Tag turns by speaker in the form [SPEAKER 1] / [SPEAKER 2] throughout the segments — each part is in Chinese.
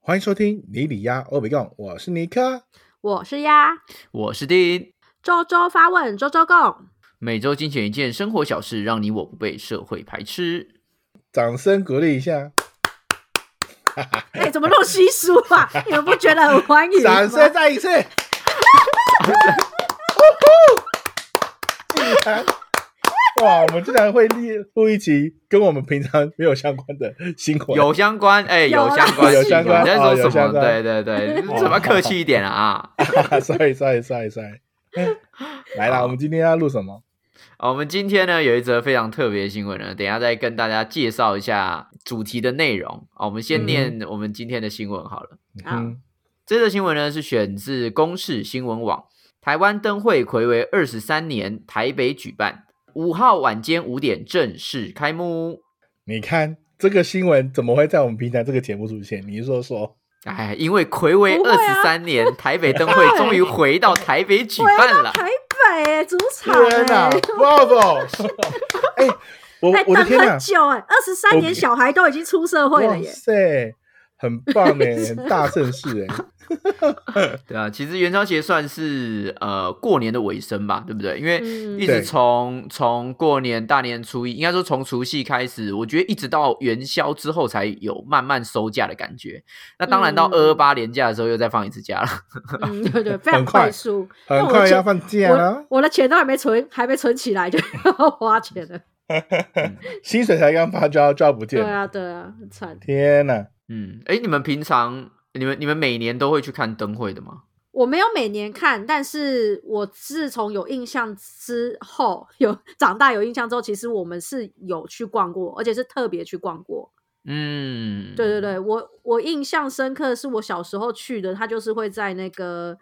[SPEAKER 1] 欢迎收听尼里鸭欧比贡，我是尼克。
[SPEAKER 2] 我是鸭，
[SPEAKER 3] 我是丁，
[SPEAKER 2] 周周发问，周周 共。
[SPEAKER 3] 每周精选一件生活小事，让你我不被社会排斥。
[SPEAKER 1] 掌声鼓励一下，
[SPEAKER 2] 哎、怎么那么稀疏啊？你们不觉得很欢迎吗？
[SPEAKER 1] 掌声再一次。呼呼竟然，哇！我们竟然会录录一集跟我们平常没有相关的新闻，
[SPEAKER 3] 有相关，哎、
[SPEAKER 2] 有啦
[SPEAKER 3] 相关，
[SPEAKER 1] 有相关
[SPEAKER 3] 你在
[SPEAKER 1] 哦
[SPEAKER 3] 说
[SPEAKER 1] 有
[SPEAKER 3] 什
[SPEAKER 1] 相
[SPEAKER 3] 么？
[SPEAKER 1] 关
[SPEAKER 3] 对对对，
[SPEAKER 1] 哦
[SPEAKER 3] 怎么客气一点啊？
[SPEAKER 1] sorry sorry sorry sorry。来啦，我们今天要录什么？
[SPEAKER 3] 好我们今天呢有一则非常特别的新闻呢，等一下再跟大家介绍一下主题的内容。好，我们
[SPEAKER 2] 嗯
[SPEAKER 3] 先念我们今天的新闻好了。
[SPEAKER 2] 好
[SPEAKER 1] 嗯，
[SPEAKER 3] 这则新闻呢是选自公视新闻网，台湾灯会暌违二十三年，台北举办，五号晚间五点正式开幕。
[SPEAKER 1] 你看这个新闻怎么会在我们平台这个节目出现？你说说，
[SPEAKER 3] 哎，因为暌违
[SPEAKER 2] 不会
[SPEAKER 3] 二
[SPEAKER 2] 啊
[SPEAKER 3] 十三 年，台北灯会终于回到台北举办了。
[SPEAKER 2] 台北、主场、
[SPEAKER 1] 天哪
[SPEAKER 2] 哎，
[SPEAKER 1] ，Bravo！哎，我
[SPEAKER 2] 哎
[SPEAKER 1] 我的天
[SPEAKER 2] 等
[SPEAKER 1] 哪
[SPEAKER 2] 很！久哎、二十三
[SPEAKER 1] 我
[SPEAKER 2] 年小孩都已经出社会了
[SPEAKER 1] 哇
[SPEAKER 2] 耶。
[SPEAKER 1] 塞，很棒哎，很大盛世哎。
[SPEAKER 3] 对啊，其实元宵节算是呃过年的尾声吧，对不对？因为
[SPEAKER 2] 嗯
[SPEAKER 3] 一
[SPEAKER 1] 对
[SPEAKER 3] 直从从过年大年初一，应该说从除夕开始，我觉得一直到元宵之后才有慢慢收假的感觉。那当然到
[SPEAKER 2] 嗯
[SPEAKER 3] 二二八年假的时候又再放一次假了。
[SPEAKER 2] 嗯，对对，非常
[SPEAKER 1] 很快啊
[SPEAKER 2] 快速。
[SPEAKER 1] 很
[SPEAKER 2] 那我
[SPEAKER 1] 快
[SPEAKER 2] 就
[SPEAKER 1] 要放假
[SPEAKER 2] 我
[SPEAKER 1] 了，
[SPEAKER 2] 我的钱都还没存，还没存起来就要花 钱了。
[SPEAKER 1] 薪水才刚发就要就要不见
[SPEAKER 2] 对
[SPEAKER 1] 了，
[SPEAKER 2] 啊，对啊，很惨。
[SPEAKER 1] 天哪！
[SPEAKER 3] 嗯，哎，你们平常你们你们每年都会去看灯会的吗？
[SPEAKER 2] 我没有每年看，但是我自从有印象之后，有长大有印象之后，其实我们是有去逛过，而且是特别去逛过。
[SPEAKER 3] 嗯，
[SPEAKER 2] 对对对，我我印象深刻的是我小时候去的，它就是会在那个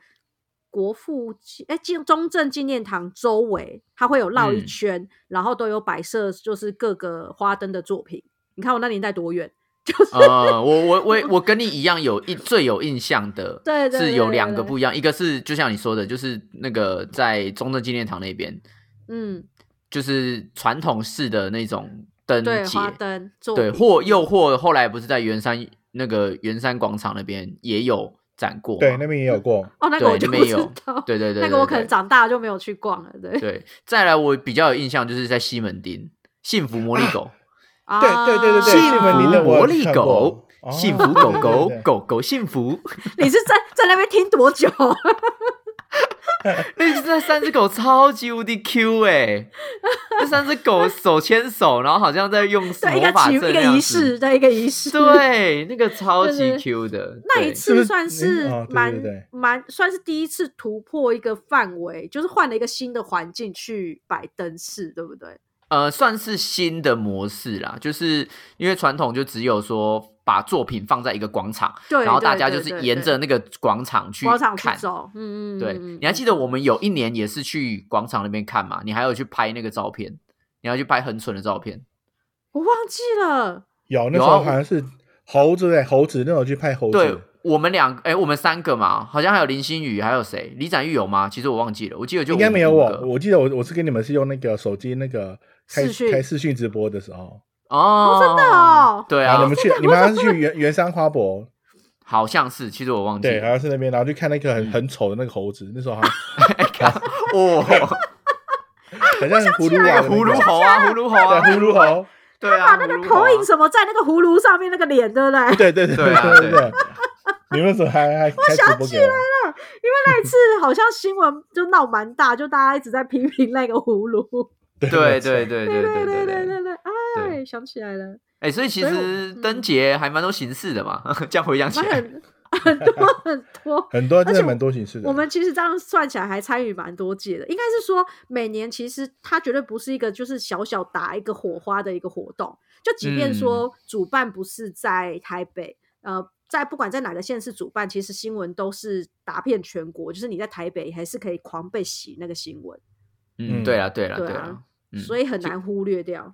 [SPEAKER 2] 国父纪哎纪中正纪念堂周围，它会有绕一
[SPEAKER 3] 嗯
[SPEAKER 2] 圈，然后都有摆设，就是各个花灯的作品。你看我那年代多远，就是、，
[SPEAKER 3] 呃，我我我我跟你一样有一最有印象的
[SPEAKER 2] 对对对
[SPEAKER 3] 是有两
[SPEAKER 2] 对
[SPEAKER 3] 个
[SPEAKER 2] 对
[SPEAKER 3] 不一样，一个是就像你说的，就是那个在中正纪念堂那边，
[SPEAKER 2] 嗯，
[SPEAKER 3] 就是传统式的那种灯
[SPEAKER 2] 对，
[SPEAKER 3] 节，
[SPEAKER 2] 花灯作
[SPEAKER 3] 对，
[SPEAKER 2] 品，
[SPEAKER 3] 或又或后来不是在圆山那个圆山广场那边也有展过吗，
[SPEAKER 1] 对，那边也有过，
[SPEAKER 2] 哦，那个我
[SPEAKER 3] 对
[SPEAKER 2] 就
[SPEAKER 3] 那
[SPEAKER 2] 不
[SPEAKER 3] 边
[SPEAKER 2] 知
[SPEAKER 3] 有
[SPEAKER 2] 道，
[SPEAKER 3] 对对对对
[SPEAKER 2] 那个我可能
[SPEAKER 3] 对
[SPEAKER 2] 长大就没有去逛了，对，
[SPEAKER 3] 对，再来我比较有印象就是在西门町幸福魔力狗，
[SPEAKER 2] 啊
[SPEAKER 1] 对对对对对，
[SPEAKER 3] 幸
[SPEAKER 1] 新闻里面
[SPEAKER 3] 福
[SPEAKER 1] 啊我
[SPEAKER 3] 魔
[SPEAKER 1] 有
[SPEAKER 3] 力
[SPEAKER 1] 看
[SPEAKER 3] 狗
[SPEAKER 1] 过，哦
[SPEAKER 3] 幸福狗狗
[SPEAKER 1] 对对对
[SPEAKER 3] 狗狗幸福。
[SPEAKER 2] 你是在在那边听多久？
[SPEAKER 3] 那那三只狗超级无敌 Q 哎、那三只狗手牵手，然后好像在用
[SPEAKER 2] 对，一个
[SPEAKER 3] 魔法
[SPEAKER 2] 仪
[SPEAKER 3] 阵
[SPEAKER 2] 一
[SPEAKER 3] 那样
[SPEAKER 2] 个仪
[SPEAKER 3] 子
[SPEAKER 2] 式，，对，一个仪式，
[SPEAKER 3] 对，那个超级
[SPEAKER 2] 对对
[SPEAKER 3] Q 的，
[SPEAKER 2] 那一
[SPEAKER 3] 对
[SPEAKER 1] 是不
[SPEAKER 2] 次
[SPEAKER 1] 是
[SPEAKER 2] 算是
[SPEAKER 1] 嗯哦对
[SPEAKER 2] 蛮
[SPEAKER 1] 对对
[SPEAKER 2] 蛮算是第一次突破一个范围，就是换了一个新的环境去摆灯饰，对不对？
[SPEAKER 3] 呃算是新的模式啦，就是因为传统就只有说把作品放在一个广场，
[SPEAKER 2] 对，
[SPEAKER 3] 然后
[SPEAKER 2] 对
[SPEAKER 3] 大家
[SPEAKER 2] 对
[SPEAKER 3] 就
[SPEAKER 2] 对
[SPEAKER 3] 是沿
[SPEAKER 2] 对
[SPEAKER 3] 着那个广场去
[SPEAKER 2] 广场去
[SPEAKER 3] 看。
[SPEAKER 2] 走，嗯嗯，
[SPEAKER 3] 对，
[SPEAKER 2] 嗯
[SPEAKER 3] 你还记得我们有一年也是去广场那边看嘛？你还有去拍那个照片，你要去拍很蠢的照片。
[SPEAKER 2] 我忘记了，
[SPEAKER 1] 有那时
[SPEAKER 3] 有啊
[SPEAKER 1] 候
[SPEAKER 3] 我
[SPEAKER 1] 好像是猴子对猴子那种去拍猴
[SPEAKER 3] 对
[SPEAKER 1] 子，
[SPEAKER 3] 我们两哎、我们三个嘛，好像还有林心宇，还有谁？李展玉有吗？其实我忘记了，我记得就
[SPEAKER 1] 应该
[SPEAKER 3] 五
[SPEAKER 1] 没有
[SPEAKER 3] 五
[SPEAKER 1] 我，
[SPEAKER 3] 个
[SPEAKER 1] 我记得我我是跟你们是用那个手机那个开
[SPEAKER 2] 视讯
[SPEAKER 1] 开视讯直播的时候，
[SPEAKER 3] 哦，
[SPEAKER 2] 真的哦
[SPEAKER 3] 对
[SPEAKER 1] 然后
[SPEAKER 3] 啊
[SPEAKER 1] 你，们去你们好像是去圆圆山花博，
[SPEAKER 3] 好像是，其实我忘记
[SPEAKER 1] 对，好
[SPEAKER 3] 了。
[SPEAKER 1] 像是那边，然后去看那个很
[SPEAKER 3] 嗯
[SPEAKER 1] 很丑的那个猴子，那时候好像
[SPEAKER 3] 哦，
[SPEAKER 1] 很像葫芦
[SPEAKER 3] 那
[SPEAKER 1] 娃的那个
[SPEAKER 3] 个葫芦猴啊，葫芦猴
[SPEAKER 1] 对
[SPEAKER 3] 啊，
[SPEAKER 1] 葫芦猴，
[SPEAKER 3] 对啊，
[SPEAKER 2] 把那个
[SPEAKER 3] 葫芦猴啊
[SPEAKER 2] 投影什么在那个葫芦上面那个脸，对不 对？
[SPEAKER 1] 对对对
[SPEAKER 3] 对啊
[SPEAKER 1] 对
[SPEAKER 3] 对
[SPEAKER 1] 对，你们那时候还还开直播给我。
[SPEAKER 2] 因为那一次好像新闻就闹蛮大，就大家一直在批评那个葫芦，
[SPEAKER 3] 对对对对
[SPEAKER 2] 对
[SPEAKER 3] 对
[SPEAKER 2] 对
[SPEAKER 3] 对。
[SPEAKER 2] 对对，哎，
[SPEAKER 3] 对
[SPEAKER 2] 想起来了，
[SPEAKER 3] 哎，所以其
[SPEAKER 2] 所以我
[SPEAKER 3] 实灯节还蛮多形式的嘛，这样回想起
[SPEAKER 2] 那
[SPEAKER 3] 来，
[SPEAKER 2] 很很多很多，
[SPEAKER 1] 很多真
[SPEAKER 2] 而且
[SPEAKER 1] 的
[SPEAKER 2] 我
[SPEAKER 1] 蛮多形式的。
[SPEAKER 2] 我们其实这样算起来还参与蛮多届的，应该是说每年其实它绝对不是一个就是小小打一个火花的一个活动，就即
[SPEAKER 1] 嗯
[SPEAKER 2] 便说主办不是在台北，呃，在不管在哪个县市主办，其实新闻都是打遍全国，就是你在台北还是可以狂被洗那个新闻，
[SPEAKER 1] 嗯
[SPEAKER 3] 嗯，对啊，对啊，
[SPEAKER 2] 对啊
[SPEAKER 3] 对啊，嗯
[SPEAKER 2] 所以很难忽略掉。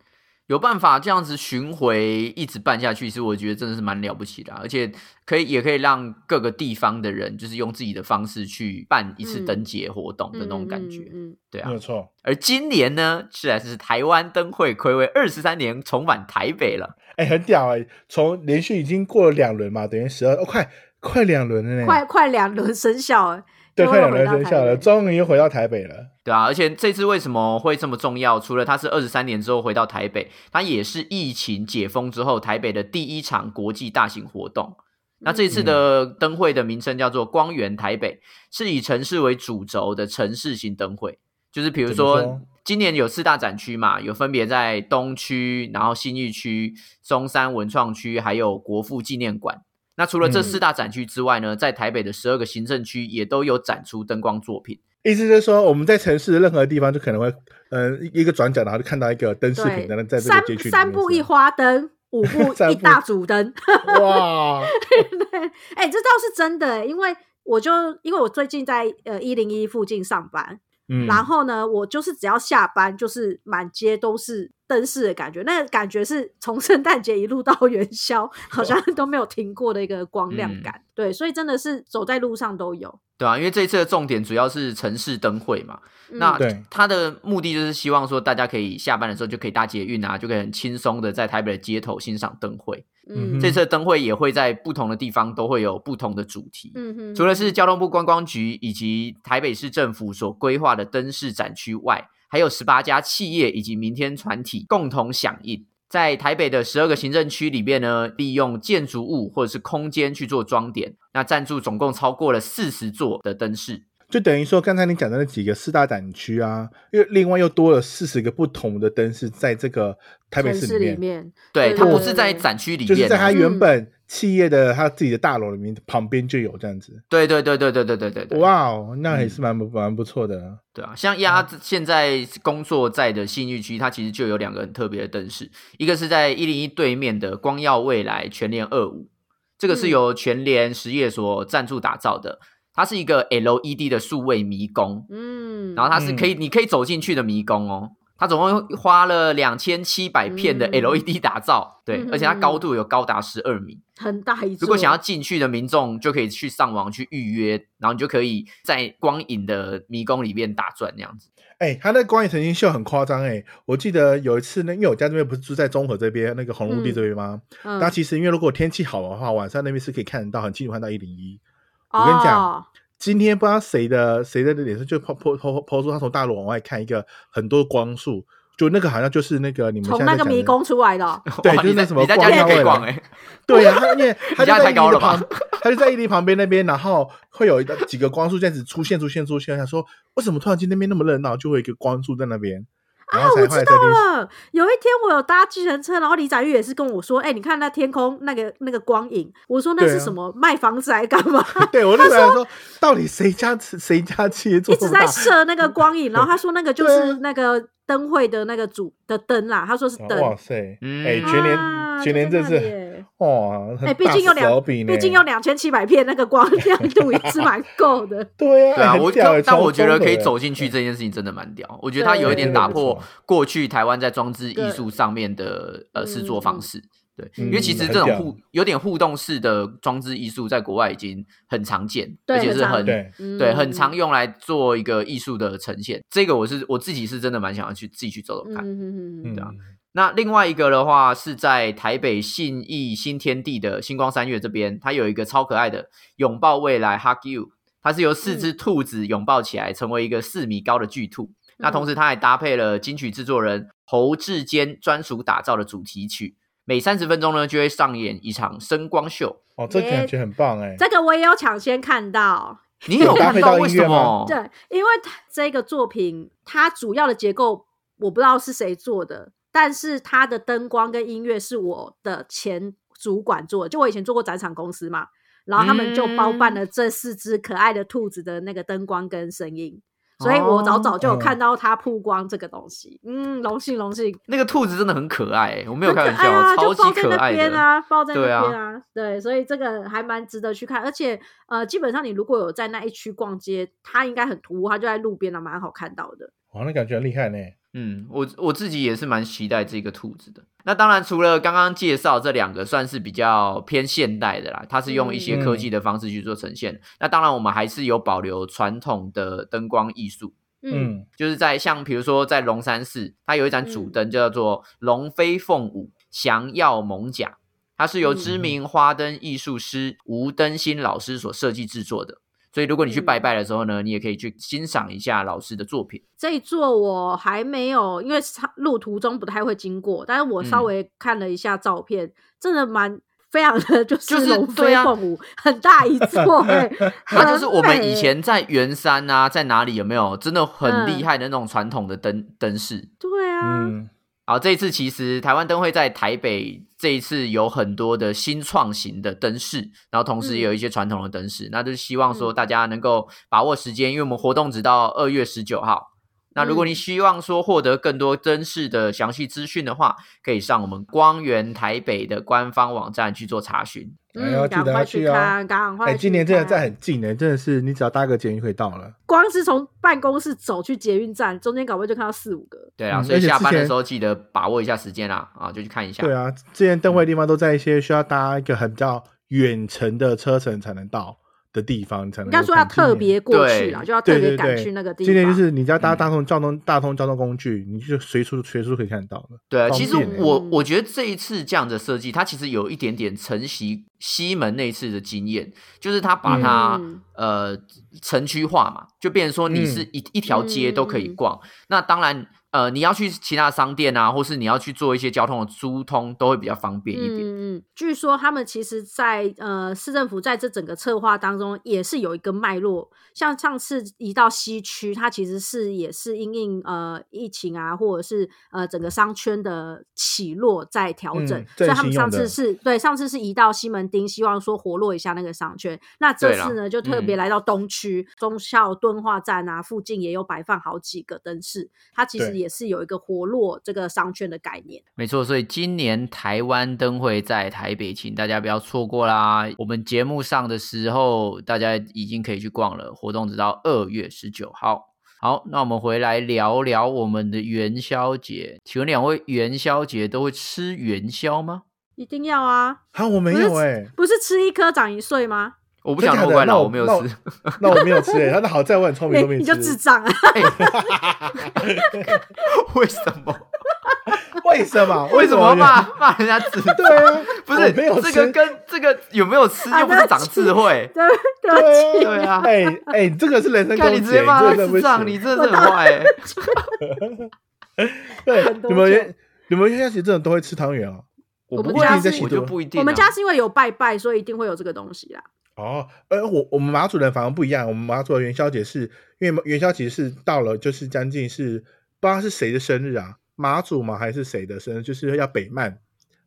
[SPEAKER 3] 有办法这样子巡回一直办下去，是我觉得真的是蛮了不起的啊、而且可以也可以让各个地方的人，就是用自己的方式去办一次
[SPEAKER 2] 嗯
[SPEAKER 3] 灯节活动的那种感觉，
[SPEAKER 2] 嗯，嗯嗯
[SPEAKER 3] 对啊
[SPEAKER 1] 没有。错。
[SPEAKER 3] 而今年呢，自然是台湾灯会暌违二十三年重返台北了，
[SPEAKER 1] 哎、很屌哎、从连续已经过了两轮嘛，等于十二，哦，快快两轮了呢，
[SPEAKER 2] 嗯快快两轮生效了，
[SPEAKER 1] 对，
[SPEAKER 2] 就
[SPEAKER 1] 快
[SPEAKER 2] 会
[SPEAKER 1] 两
[SPEAKER 2] 回
[SPEAKER 1] 轮
[SPEAKER 2] 到
[SPEAKER 1] 生
[SPEAKER 2] 台
[SPEAKER 1] 效了，
[SPEAKER 2] 北
[SPEAKER 1] 终于又回到台北了。
[SPEAKER 3] 对啊，而且这次为什么会这么重要？除了它是二十三年之后回到台北，它也是疫情解封之后台北的第一场国际大型活动。那
[SPEAKER 2] 嗯
[SPEAKER 3] 这次的
[SPEAKER 1] 嗯
[SPEAKER 3] 灯会的名称叫做“光源台北”，是以城市为主轴的城市型灯会。就是比如
[SPEAKER 1] 怎么
[SPEAKER 3] 说
[SPEAKER 1] 说，
[SPEAKER 3] 今年有四大展区嘛，有分别在东区、然后信义区、中山文创区，还有国父纪念馆。那除了这
[SPEAKER 1] 嗯
[SPEAKER 3] 四大展区之外呢，在台北的十二个行政区也都有展出灯光作品。
[SPEAKER 1] 意思就是说，我们在城市的任何地方就可能会，嗯、一个转角，然后就看到一个灯饰品，然后在这
[SPEAKER 2] 对，
[SPEAKER 1] 个
[SPEAKER 2] 三
[SPEAKER 1] 街区里
[SPEAKER 2] 三
[SPEAKER 1] 面
[SPEAKER 2] 步
[SPEAKER 1] 是
[SPEAKER 2] 一
[SPEAKER 1] 吧，
[SPEAKER 2] 花灯，五 步
[SPEAKER 1] 三
[SPEAKER 2] 一
[SPEAKER 1] 步
[SPEAKER 2] 大组灯。
[SPEAKER 1] 哇，
[SPEAKER 2] 哎、这倒是真的、因为我就因为我最近在呃一零一附近上班，
[SPEAKER 1] 嗯，
[SPEAKER 2] 然后呢，我就是只要下班，就是满街都是灯饰的感觉，那个感觉是从圣诞节一路到元宵，好像都没有停过的一个光亮
[SPEAKER 3] 嗯
[SPEAKER 2] 感。对，所以真的是走在路上都有。
[SPEAKER 3] 对啊，因为这一次的重点主要是城市灯会嘛，
[SPEAKER 2] 嗯、
[SPEAKER 3] 那
[SPEAKER 1] 对
[SPEAKER 3] 它的目的就是希望说大家可以下班的时候就可以搭捷运啊，就可以很轻松的在台北的街头欣赏灯会。
[SPEAKER 1] 嗯哼
[SPEAKER 3] 这次的灯会也会在不同的地方都会有不同的主题，
[SPEAKER 2] 嗯哼，
[SPEAKER 3] 除了是交通部观光局以及台北市政府所规划的灯饰展区外，还有十八家企业以及民间团体共同响应。在台北的十二个行政区里面呢，利用建筑物或者是空间去做装点，那赞助总共超过了四十座的灯饰。
[SPEAKER 1] 就等于说刚才你讲的那几个四大展区啊，又另外又多了四十个不同的灯饰在这个台北
[SPEAKER 2] 城
[SPEAKER 1] 市
[SPEAKER 2] 市
[SPEAKER 1] 里
[SPEAKER 2] 里
[SPEAKER 1] 面，
[SPEAKER 2] 面，
[SPEAKER 3] 对，
[SPEAKER 2] 对
[SPEAKER 3] 它
[SPEAKER 1] 对
[SPEAKER 3] 不
[SPEAKER 1] 对
[SPEAKER 3] 是在展区
[SPEAKER 2] 啊
[SPEAKER 3] 里
[SPEAKER 1] 就是
[SPEAKER 3] 面
[SPEAKER 1] 在它
[SPEAKER 3] 哦，
[SPEAKER 1] 原本企业的它自己的大楼里面旁边就有这样子。
[SPEAKER 3] 对对对对对对对对对，
[SPEAKER 1] 哇哦，那
[SPEAKER 2] 嗯
[SPEAKER 1] 也是蛮不蛮不错的。
[SPEAKER 3] 对啊，像丫现在工作在的信誉区，它其实就有两个很特别的灯饰，一个是在一零一对面的光耀未来全联二五，这个是
[SPEAKER 2] 嗯
[SPEAKER 3] 由全联实业所赞助打造的，它是一个 LED 的数位迷宫，
[SPEAKER 2] 嗯，
[SPEAKER 3] 然后它是可以、你可以走进去的迷宫哦。它总共花了两千七百片的
[SPEAKER 2] 嗯
[SPEAKER 3] LED 打造，对，
[SPEAKER 2] 嗯
[SPEAKER 3] 而且它高度有高达十二米，
[SPEAKER 2] 很大一座。
[SPEAKER 3] 如果想要进去的民众，就可以去上网去预约，然后你就可以在光影的迷宫里面打转那样子。
[SPEAKER 1] 哎、它那光影曾经秀很夸张哎，我记得有一次呢，因为我家这边不是住在中和这边那个红陆地这边吗？
[SPEAKER 2] 嗯，
[SPEAKER 1] 那、其实因为如果天气好的话，晚上那边是可以看得到，很清楚看到一零一。
[SPEAKER 2] 我
[SPEAKER 1] 我跟你讲
[SPEAKER 2] 哦、
[SPEAKER 1] 今天不知道谁的谁的脸上就抛抛抛抛出他从大陆往外看一个很多光束，就那个好像就是那个你们现
[SPEAKER 2] 从
[SPEAKER 1] 在
[SPEAKER 2] 那
[SPEAKER 1] 在
[SPEAKER 2] 个
[SPEAKER 1] 讲
[SPEAKER 2] 迷
[SPEAKER 1] 的
[SPEAKER 2] 宫出来的哦、
[SPEAKER 1] 对
[SPEAKER 3] 哇
[SPEAKER 1] 就是
[SPEAKER 3] 你在
[SPEAKER 1] 那什么
[SPEAKER 3] 你在家里
[SPEAKER 1] 光
[SPEAKER 3] 可以
[SPEAKER 1] 耀
[SPEAKER 3] 逛
[SPEAKER 1] 未
[SPEAKER 3] 哎、
[SPEAKER 1] 来 对呀、他因为他就
[SPEAKER 3] 家
[SPEAKER 1] 在
[SPEAKER 3] 太高
[SPEAKER 1] 一零一的
[SPEAKER 3] 了吧
[SPEAKER 1] 旁，他就在一零一旁边那边，然后会有一个几个光束这样子出现、出现、出现。想说为什么突然间那边那么热闹，就会有一个光束在那边，然后才
[SPEAKER 2] 啊我
[SPEAKER 1] 后来
[SPEAKER 2] 知
[SPEAKER 1] 才
[SPEAKER 2] 道
[SPEAKER 1] 联系
[SPEAKER 2] 了，有一天我有搭计程车，然后李展玉也是跟我说：“哎、你看那天空那个那个光影。”我说：“那
[SPEAKER 1] 对
[SPEAKER 2] 是
[SPEAKER 1] 啊
[SPEAKER 2] 什么？卖房子还干嘛？”
[SPEAKER 1] 对我就想说，到底谁家谁家企 业做
[SPEAKER 2] 一
[SPEAKER 1] 这
[SPEAKER 2] 直
[SPEAKER 1] 么
[SPEAKER 2] 在
[SPEAKER 1] 大？
[SPEAKER 2] 射那个光影。然后他说：“那个就
[SPEAKER 1] 对啊
[SPEAKER 2] 是那个灯会的那个主的灯啦。”他说是灯。
[SPEAKER 1] 哇塞！
[SPEAKER 3] 嗯
[SPEAKER 1] 哎，全
[SPEAKER 2] 啊
[SPEAKER 1] 年
[SPEAKER 2] 就
[SPEAKER 1] 全年
[SPEAKER 2] 在
[SPEAKER 1] 这次
[SPEAKER 2] 那里耶
[SPEAKER 1] 哇，
[SPEAKER 2] 哎、
[SPEAKER 1] 很
[SPEAKER 2] 毕
[SPEAKER 1] 大
[SPEAKER 2] 竟有
[SPEAKER 1] 手
[SPEAKER 2] 两，
[SPEAKER 1] 笔呢。
[SPEAKER 2] 毕竟有两千七百片，那个光亮度也是蛮够的
[SPEAKER 1] 对啊，
[SPEAKER 3] 对啊，
[SPEAKER 1] 哎
[SPEAKER 3] 我
[SPEAKER 1] 很屌哎
[SPEAKER 3] 但我
[SPEAKER 1] 超
[SPEAKER 3] 觉得
[SPEAKER 1] 疯的
[SPEAKER 3] 可以
[SPEAKER 1] 哎
[SPEAKER 3] 走进去这件事情真的蛮屌，我觉得它
[SPEAKER 2] 对
[SPEAKER 3] 有一点
[SPEAKER 1] 对对
[SPEAKER 3] 打
[SPEAKER 1] 没
[SPEAKER 3] 破
[SPEAKER 1] 错
[SPEAKER 3] 过去台湾在装置艺
[SPEAKER 2] 对
[SPEAKER 3] 术上面的呃制作
[SPEAKER 2] 嗯
[SPEAKER 3] 方
[SPEAKER 2] 嗯
[SPEAKER 3] 式。对，
[SPEAKER 1] 嗯
[SPEAKER 3] 因为其实
[SPEAKER 1] 很
[SPEAKER 3] 这种
[SPEAKER 1] 屌
[SPEAKER 3] 互有点互动式的装置艺术，在国外已经很常见，
[SPEAKER 2] 对
[SPEAKER 3] 而且
[SPEAKER 2] 很
[SPEAKER 3] 是
[SPEAKER 2] 常
[SPEAKER 3] 很
[SPEAKER 1] 对。
[SPEAKER 2] 嗯
[SPEAKER 3] 对，很常。用来做一个艺术的呈现。这个我是我自己是真的蛮想要去自己去走走
[SPEAKER 2] 嗯
[SPEAKER 3] 看。
[SPEAKER 2] 嗯嗯
[SPEAKER 1] 嗯
[SPEAKER 3] 对啊那另外一个的话是在台北信义新天地的星光三月这边，它有一个超可爱的拥抱未来 Hug You，它是由四
[SPEAKER 2] 嗯
[SPEAKER 3] 只兔子拥抱起来，成为一个四米高的巨兔。那
[SPEAKER 2] 嗯
[SPEAKER 3] 同时，它还搭配了金曲制作人侯志坚专属打造的主题曲，每三十分钟呢就会上演一场声光秀。
[SPEAKER 1] 哦，这个感觉很棒哎，
[SPEAKER 2] 嗯这个我也有抢先看到。
[SPEAKER 3] 你有
[SPEAKER 1] 有搭
[SPEAKER 3] 看
[SPEAKER 1] 配
[SPEAKER 3] 到
[SPEAKER 1] 到
[SPEAKER 3] 为
[SPEAKER 1] 音
[SPEAKER 3] 什
[SPEAKER 1] 乐吗
[SPEAKER 3] 么？
[SPEAKER 2] 对，因为它这个作品它主要的结构我不知道是谁做的，但是它的灯光跟音乐是我的前主管做的，就我以前做过展场公司嘛，然后他们就包办了这四只可爱的兔子的那个灯光跟声音。所以我早早就有
[SPEAKER 1] 哦
[SPEAKER 2] 看到它曝光这个东西，嗯，荣幸荣幸，
[SPEAKER 3] 那个兔子真的很可爱，欸我没有
[SPEAKER 2] 很可
[SPEAKER 3] 开玩
[SPEAKER 2] 爱
[SPEAKER 3] 笑，
[SPEAKER 2] 啊，
[SPEAKER 3] 超
[SPEAKER 2] 就抱
[SPEAKER 3] 级
[SPEAKER 2] 在
[SPEAKER 3] 可
[SPEAKER 2] 那
[SPEAKER 3] 爱
[SPEAKER 2] 边
[SPEAKER 3] 的。
[SPEAKER 2] 啊，抱在那
[SPEAKER 3] 对啊
[SPEAKER 2] 边啊，对，所以这个还蛮值得去看。而且呃，基本上你如果有在那一区逛街，它应该很突兀，它就在路边了，啊蛮好看到的。
[SPEAKER 1] 哇，那感觉很厉害呢。
[SPEAKER 3] 嗯，我我自己也是蛮期待这个兔子的。那当然，除了刚刚介绍这两个，算是比较偏现代的啦，它是用一些科技的方式去做呈现。那当然，我们还是有保留传统的灯光艺术，
[SPEAKER 2] 嗯
[SPEAKER 1] 嗯，
[SPEAKER 3] 就是在像比如说在龙山寺，它有一盏主灯叫做龙飞凤舞，降耀蒙甲，它是由知名花灯艺术师吴登新老师所设计制作的。所以如果你去拜拜的时候呢，你也可以去欣赏一下老师的作品。
[SPEAKER 2] 这一座我还没有，因为它路途中不太会经过，但是我
[SPEAKER 3] 嗯
[SPEAKER 2] 稍微看了一下照片，真的蛮非常的 就是
[SPEAKER 3] 就是
[SPEAKER 2] 龙
[SPEAKER 3] 对
[SPEAKER 2] 飞
[SPEAKER 3] 啊
[SPEAKER 2] 凤舞，很大一
[SPEAKER 1] 嗯
[SPEAKER 2] 座、欸，
[SPEAKER 3] 它就是
[SPEAKER 2] 很
[SPEAKER 3] 我们
[SPEAKER 2] 美欸
[SPEAKER 3] 以前在圆山
[SPEAKER 1] 嗯
[SPEAKER 3] 啊，在哪里有没有真的很厉害的那种传统的灯灯饰？
[SPEAKER 2] 对啊，
[SPEAKER 1] 嗯，
[SPEAKER 3] 好，这一次其实台湾灯会在台北这一次有很多的新创型的灯饰，然后同时也有一些传统的灯饰，那就是希望说
[SPEAKER 2] 嗯
[SPEAKER 3] 大家能够把握时间，因为我们活动直到二月十九号。那如果你
[SPEAKER 2] 嗯
[SPEAKER 3] 希望说获得更多灯饰的详细资讯的话，可以上我们光源台北的官方网站去做查询。
[SPEAKER 1] 哎要
[SPEAKER 2] 嗯，
[SPEAKER 1] 记
[SPEAKER 2] 赶
[SPEAKER 1] 得
[SPEAKER 2] 快
[SPEAKER 1] 要
[SPEAKER 2] 去
[SPEAKER 1] 去哦
[SPEAKER 2] 看，赶快去
[SPEAKER 1] 哎，
[SPEAKER 2] 看。
[SPEAKER 1] 今年真的
[SPEAKER 3] 啊
[SPEAKER 1] 在很近呢，欸真的是你只要搭个捷运就可以到了。
[SPEAKER 2] 光是从办公室走去捷运站，中间搞不好就看到四五个。
[SPEAKER 3] 对啊，
[SPEAKER 1] 嗯
[SPEAKER 3] 所以
[SPEAKER 1] 而且
[SPEAKER 3] 下班的
[SPEAKER 1] 之前
[SPEAKER 3] 时候记得把握一下时间啦，啊，就去看一下。
[SPEAKER 1] 对啊，之前灯会的地方
[SPEAKER 3] 嗯
[SPEAKER 1] 都在一些需要搭一个很比较远程的车程才能到的地方，你才能
[SPEAKER 2] 应
[SPEAKER 1] 够
[SPEAKER 2] 该
[SPEAKER 1] 看。
[SPEAKER 2] 说要
[SPEAKER 1] 今年
[SPEAKER 2] 特别过去啦，
[SPEAKER 3] 对
[SPEAKER 2] 就要特
[SPEAKER 1] 对
[SPEAKER 2] 别
[SPEAKER 1] 对
[SPEAKER 2] 赶
[SPEAKER 1] 对，
[SPEAKER 2] 去那个地方。
[SPEAKER 1] 今年就是你只要搭
[SPEAKER 3] 嗯
[SPEAKER 1] 大众交通、大通交通工具，你就随处随处可以看到了。
[SPEAKER 3] 对啊，
[SPEAKER 1] 方
[SPEAKER 3] 其实
[SPEAKER 1] 便欸
[SPEAKER 3] 我
[SPEAKER 2] 嗯
[SPEAKER 3] 我觉得这一次这样的设计，它其实有一点点承袭西门那一次的经验，就是它把它、
[SPEAKER 2] 嗯
[SPEAKER 3] 呃城区化嘛，就变成说你
[SPEAKER 1] 嗯
[SPEAKER 3] 是一、一条街都
[SPEAKER 2] 嗯
[SPEAKER 3] 可以逛。那当然，呃，你要去其他商店啊，或是你要去做一些交通的疏通，都会比较方便一点。
[SPEAKER 2] 嗯嗯，据说他们其实在呃市政府在这整个策划当中也是有一个脉络，像上次移到西区，它其实是也是因应呃疫情啊，或者是呃整个商圈的起落在调整，
[SPEAKER 1] 嗯
[SPEAKER 2] 所以他们
[SPEAKER 1] 振兴
[SPEAKER 2] 上
[SPEAKER 1] 用
[SPEAKER 2] 次
[SPEAKER 1] 的
[SPEAKER 2] 是对上次是移到西门町，希望说活络一下那个商圈。那这
[SPEAKER 3] 对啦
[SPEAKER 2] 次呢，就特别
[SPEAKER 1] 嗯
[SPEAKER 2] 来到东区、忠孝敦化站啊附近也有摆放好几个灯饰，它其实
[SPEAKER 1] 对
[SPEAKER 2] 也是有一个活络这个商圈的概念。
[SPEAKER 3] 没错，所以今年台湾灯会在台北，请大家不要错过啦。我们节目上的时候，大家已经可以去逛了，活动直到二月十九号。好，那我们回来聊聊我们的元宵节。请问两位元宵节都会吃元宵吗？
[SPEAKER 2] 一定要啊！
[SPEAKER 1] 啊，我没有
[SPEAKER 3] 欸
[SPEAKER 1] 哎，
[SPEAKER 2] 不是吃一颗长一岁吗？
[SPEAKER 3] 我不想
[SPEAKER 1] 真假
[SPEAKER 3] 破
[SPEAKER 1] 的
[SPEAKER 3] 坏
[SPEAKER 1] 那
[SPEAKER 3] 老，
[SPEAKER 1] 我
[SPEAKER 3] 我没有
[SPEAKER 1] 那我
[SPEAKER 3] 吃。
[SPEAKER 1] 那我没有吃哎，他那好在我很聪明
[SPEAKER 2] 你
[SPEAKER 1] 都 没
[SPEAKER 2] 你
[SPEAKER 1] 吃
[SPEAKER 2] 就。智障啊！
[SPEAKER 3] 为什么？
[SPEAKER 1] 为什么？
[SPEAKER 3] 为什么
[SPEAKER 1] 有
[SPEAKER 3] 骂？骂人家智障？
[SPEAKER 1] 对啊，
[SPEAKER 3] 不是
[SPEAKER 1] 我没有
[SPEAKER 3] 这
[SPEAKER 1] 吃
[SPEAKER 3] 个跟这个有没有吃
[SPEAKER 2] 啊
[SPEAKER 3] 又不
[SPEAKER 2] 对
[SPEAKER 3] 是
[SPEAKER 2] 不
[SPEAKER 3] 长
[SPEAKER 2] 起
[SPEAKER 3] 智慧。
[SPEAKER 2] 对对不
[SPEAKER 1] 对
[SPEAKER 2] 起，
[SPEAKER 1] 啊
[SPEAKER 3] 对啊，
[SPEAKER 1] 哎哎，这个是人身攻
[SPEAKER 3] 看
[SPEAKER 1] 击，
[SPEAKER 3] 你直接骂他
[SPEAKER 1] 这个真的
[SPEAKER 3] 智
[SPEAKER 1] 不
[SPEAKER 3] 障，
[SPEAKER 1] 行
[SPEAKER 3] 你真的是很坏、 欸。
[SPEAKER 1] 对
[SPEAKER 2] 很多
[SPEAKER 1] 你们
[SPEAKER 2] 种
[SPEAKER 1] 你们元宵节这种都会吃汤圆哦。
[SPEAKER 3] 我
[SPEAKER 2] 我
[SPEAKER 3] 不
[SPEAKER 2] 们
[SPEAKER 3] 会
[SPEAKER 2] 家
[SPEAKER 3] 啊，
[SPEAKER 2] 是
[SPEAKER 3] 我就不一定啊。
[SPEAKER 2] 我们家是因为有拜拜，所以一定会有这个东西啦。
[SPEAKER 1] 哦，呃，我我们马祖人反而不一样，我们马祖的元宵节是因为元宵节是到了就是将近是不知道是谁的生日啊，马祖嘛还是谁的生日，就是要北曼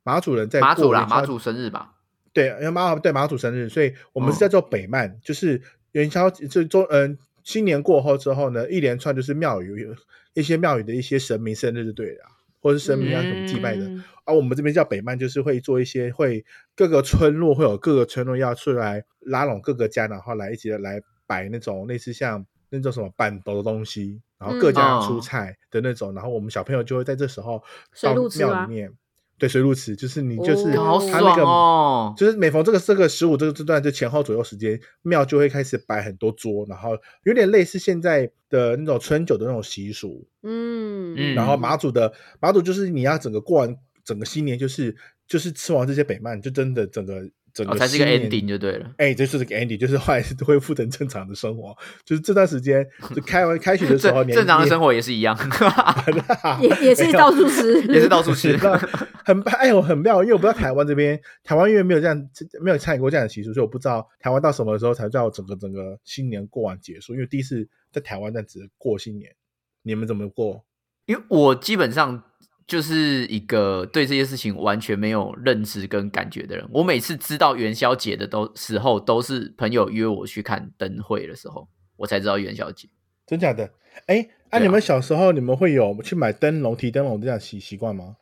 [SPEAKER 1] 马祖人在
[SPEAKER 3] 马祖
[SPEAKER 1] 过
[SPEAKER 3] 啦，
[SPEAKER 1] 元宵
[SPEAKER 3] 马祖生日吧。
[SPEAKER 1] 对，因为马对马祖生日，所以我们
[SPEAKER 3] 嗯
[SPEAKER 1] 是在做北曼，就是元宵就中嗯、新年过后之后呢，一连串就是庙宇有一些庙宇的一些神明生日就对了啊，或者是神明要怎么祭拜的，
[SPEAKER 3] 嗯
[SPEAKER 1] 而、啊我们这边叫北曼，就是会做一些会各个村落会有各个村落要出来拉拢各个家，然后来一起来摆那种类似像那种什么板斗的东西，然后
[SPEAKER 2] 嗯
[SPEAKER 1] 各家出菜的那种，然后我们小朋友就会在这时候
[SPEAKER 2] 哦水
[SPEAKER 1] 到
[SPEAKER 2] 路吃
[SPEAKER 1] 庙
[SPEAKER 2] 吗
[SPEAKER 1] 里？面，对水路池，就是你就是
[SPEAKER 2] 哦
[SPEAKER 3] 好
[SPEAKER 1] 他那
[SPEAKER 3] 爽
[SPEAKER 1] 个。
[SPEAKER 3] 哦！
[SPEAKER 1] 就是每逢这个这个十五这个这段就前后左右时间，庙就会开始摆很多桌，然后有点类似现在的那种春酒的那种习俗，
[SPEAKER 2] 嗯
[SPEAKER 3] 嗯
[SPEAKER 1] 然后马祖的马祖就是你要整个过完整个新年，就是就是吃完这些北曼，就真的整个整
[SPEAKER 3] 哦，
[SPEAKER 1] 个
[SPEAKER 3] 才是一个
[SPEAKER 1] 新年
[SPEAKER 3] ending 就对了。
[SPEAKER 1] 哎、这就是个 ending，就是后来是恢复成正常的生活。就是这段时间，就开完开学的时候，
[SPEAKER 3] 正
[SPEAKER 1] 你
[SPEAKER 3] 正常的生
[SPEAKER 1] 活
[SPEAKER 3] 活也是一样，
[SPEAKER 1] 嗯
[SPEAKER 2] 也也是到处吃，
[SPEAKER 3] 也 是到处 吃
[SPEAKER 1] 你。知道很哎呦很妙，因为我不知道台湾这边，台湾因为没有这样没有参与过这样的习俗，所以我不知道台湾到什么时候才叫整个整个新年过完结束。因为第一次在台湾这样子过新年，你们怎么过？
[SPEAKER 3] 因为我基本上就是一个对这些事情完全没有认知跟感觉的人。我每次知道元宵节的都时候，都是朋友约我去看灯会的时候，我才知道元宵节。
[SPEAKER 1] 真假的？哎，
[SPEAKER 3] 对
[SPEAKER 1] 啊，
[SPEAKER 3] 啊
[SPEAKER 1] 你们小时候你们会有去买灯笼、提灯笼这样习习惯 吗？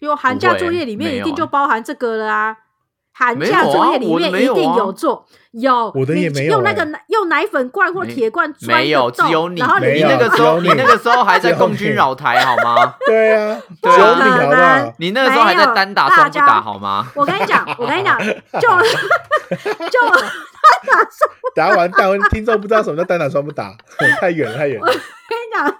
[SPEAKER 2] 有寒假作业里面一定就包含这个了啊。寒假
[SPEAKER 3] 啊
[SPEAKER 2] 作业里面一定有做，有
[SPEAKER 1] 我的也
[SPEAKER 2] 你
[SPEAKER 1] 没有
[SPEAKER 2] 用那
[SPEAKER 1] 欸
[SPEAKER 2] 个奶用奶粉罐或
[SPEAKER 3] 没
[SPEAKER 2] 铁罐钻
[SPEAKER 3] 没有，
[SPEAKER 2] 一个
[SPEAKER 3] 只有
[SPEAKER 2] 洞
[SPEAKER 3] 你，
[SPEAKER 2] 然后
[SPEAKER 1] 没
[SPEAKER 3] 你
[SPEAKER 1] 有
[SPEAKER 3] 那个时候，
[SPEAKER 1] 只
[SPEAKER 3] 你
[SPEAKER 1] 有你
[SPEAKER 3] 那个时候还在共军扰台好吗？
[SPEAKER 1] 对啊，只
[SPEAKER 3] 对
[SPEAKER 1] 有
[SPEAKER 3] 啊
[SPEAKER 1] 你好不
[SPEAKER 2] 可能
[SPEAKER 1] 好？
[SPEAKER 3] 你那个时候还在单打双不
[SPEAKER 2] 没有大
[SPEAKER 3] 打
[SPEAKER 2] 家
[SPEAKER 3] 好吗？
[SPEAKER 2] 我跟你讲，我跟你讲， 就就
[SPEAKER 1] 打 完蛋，听众不知道什么叫单打双不打，太远了，太远了。
[SPEAKER 2] 跟你讲，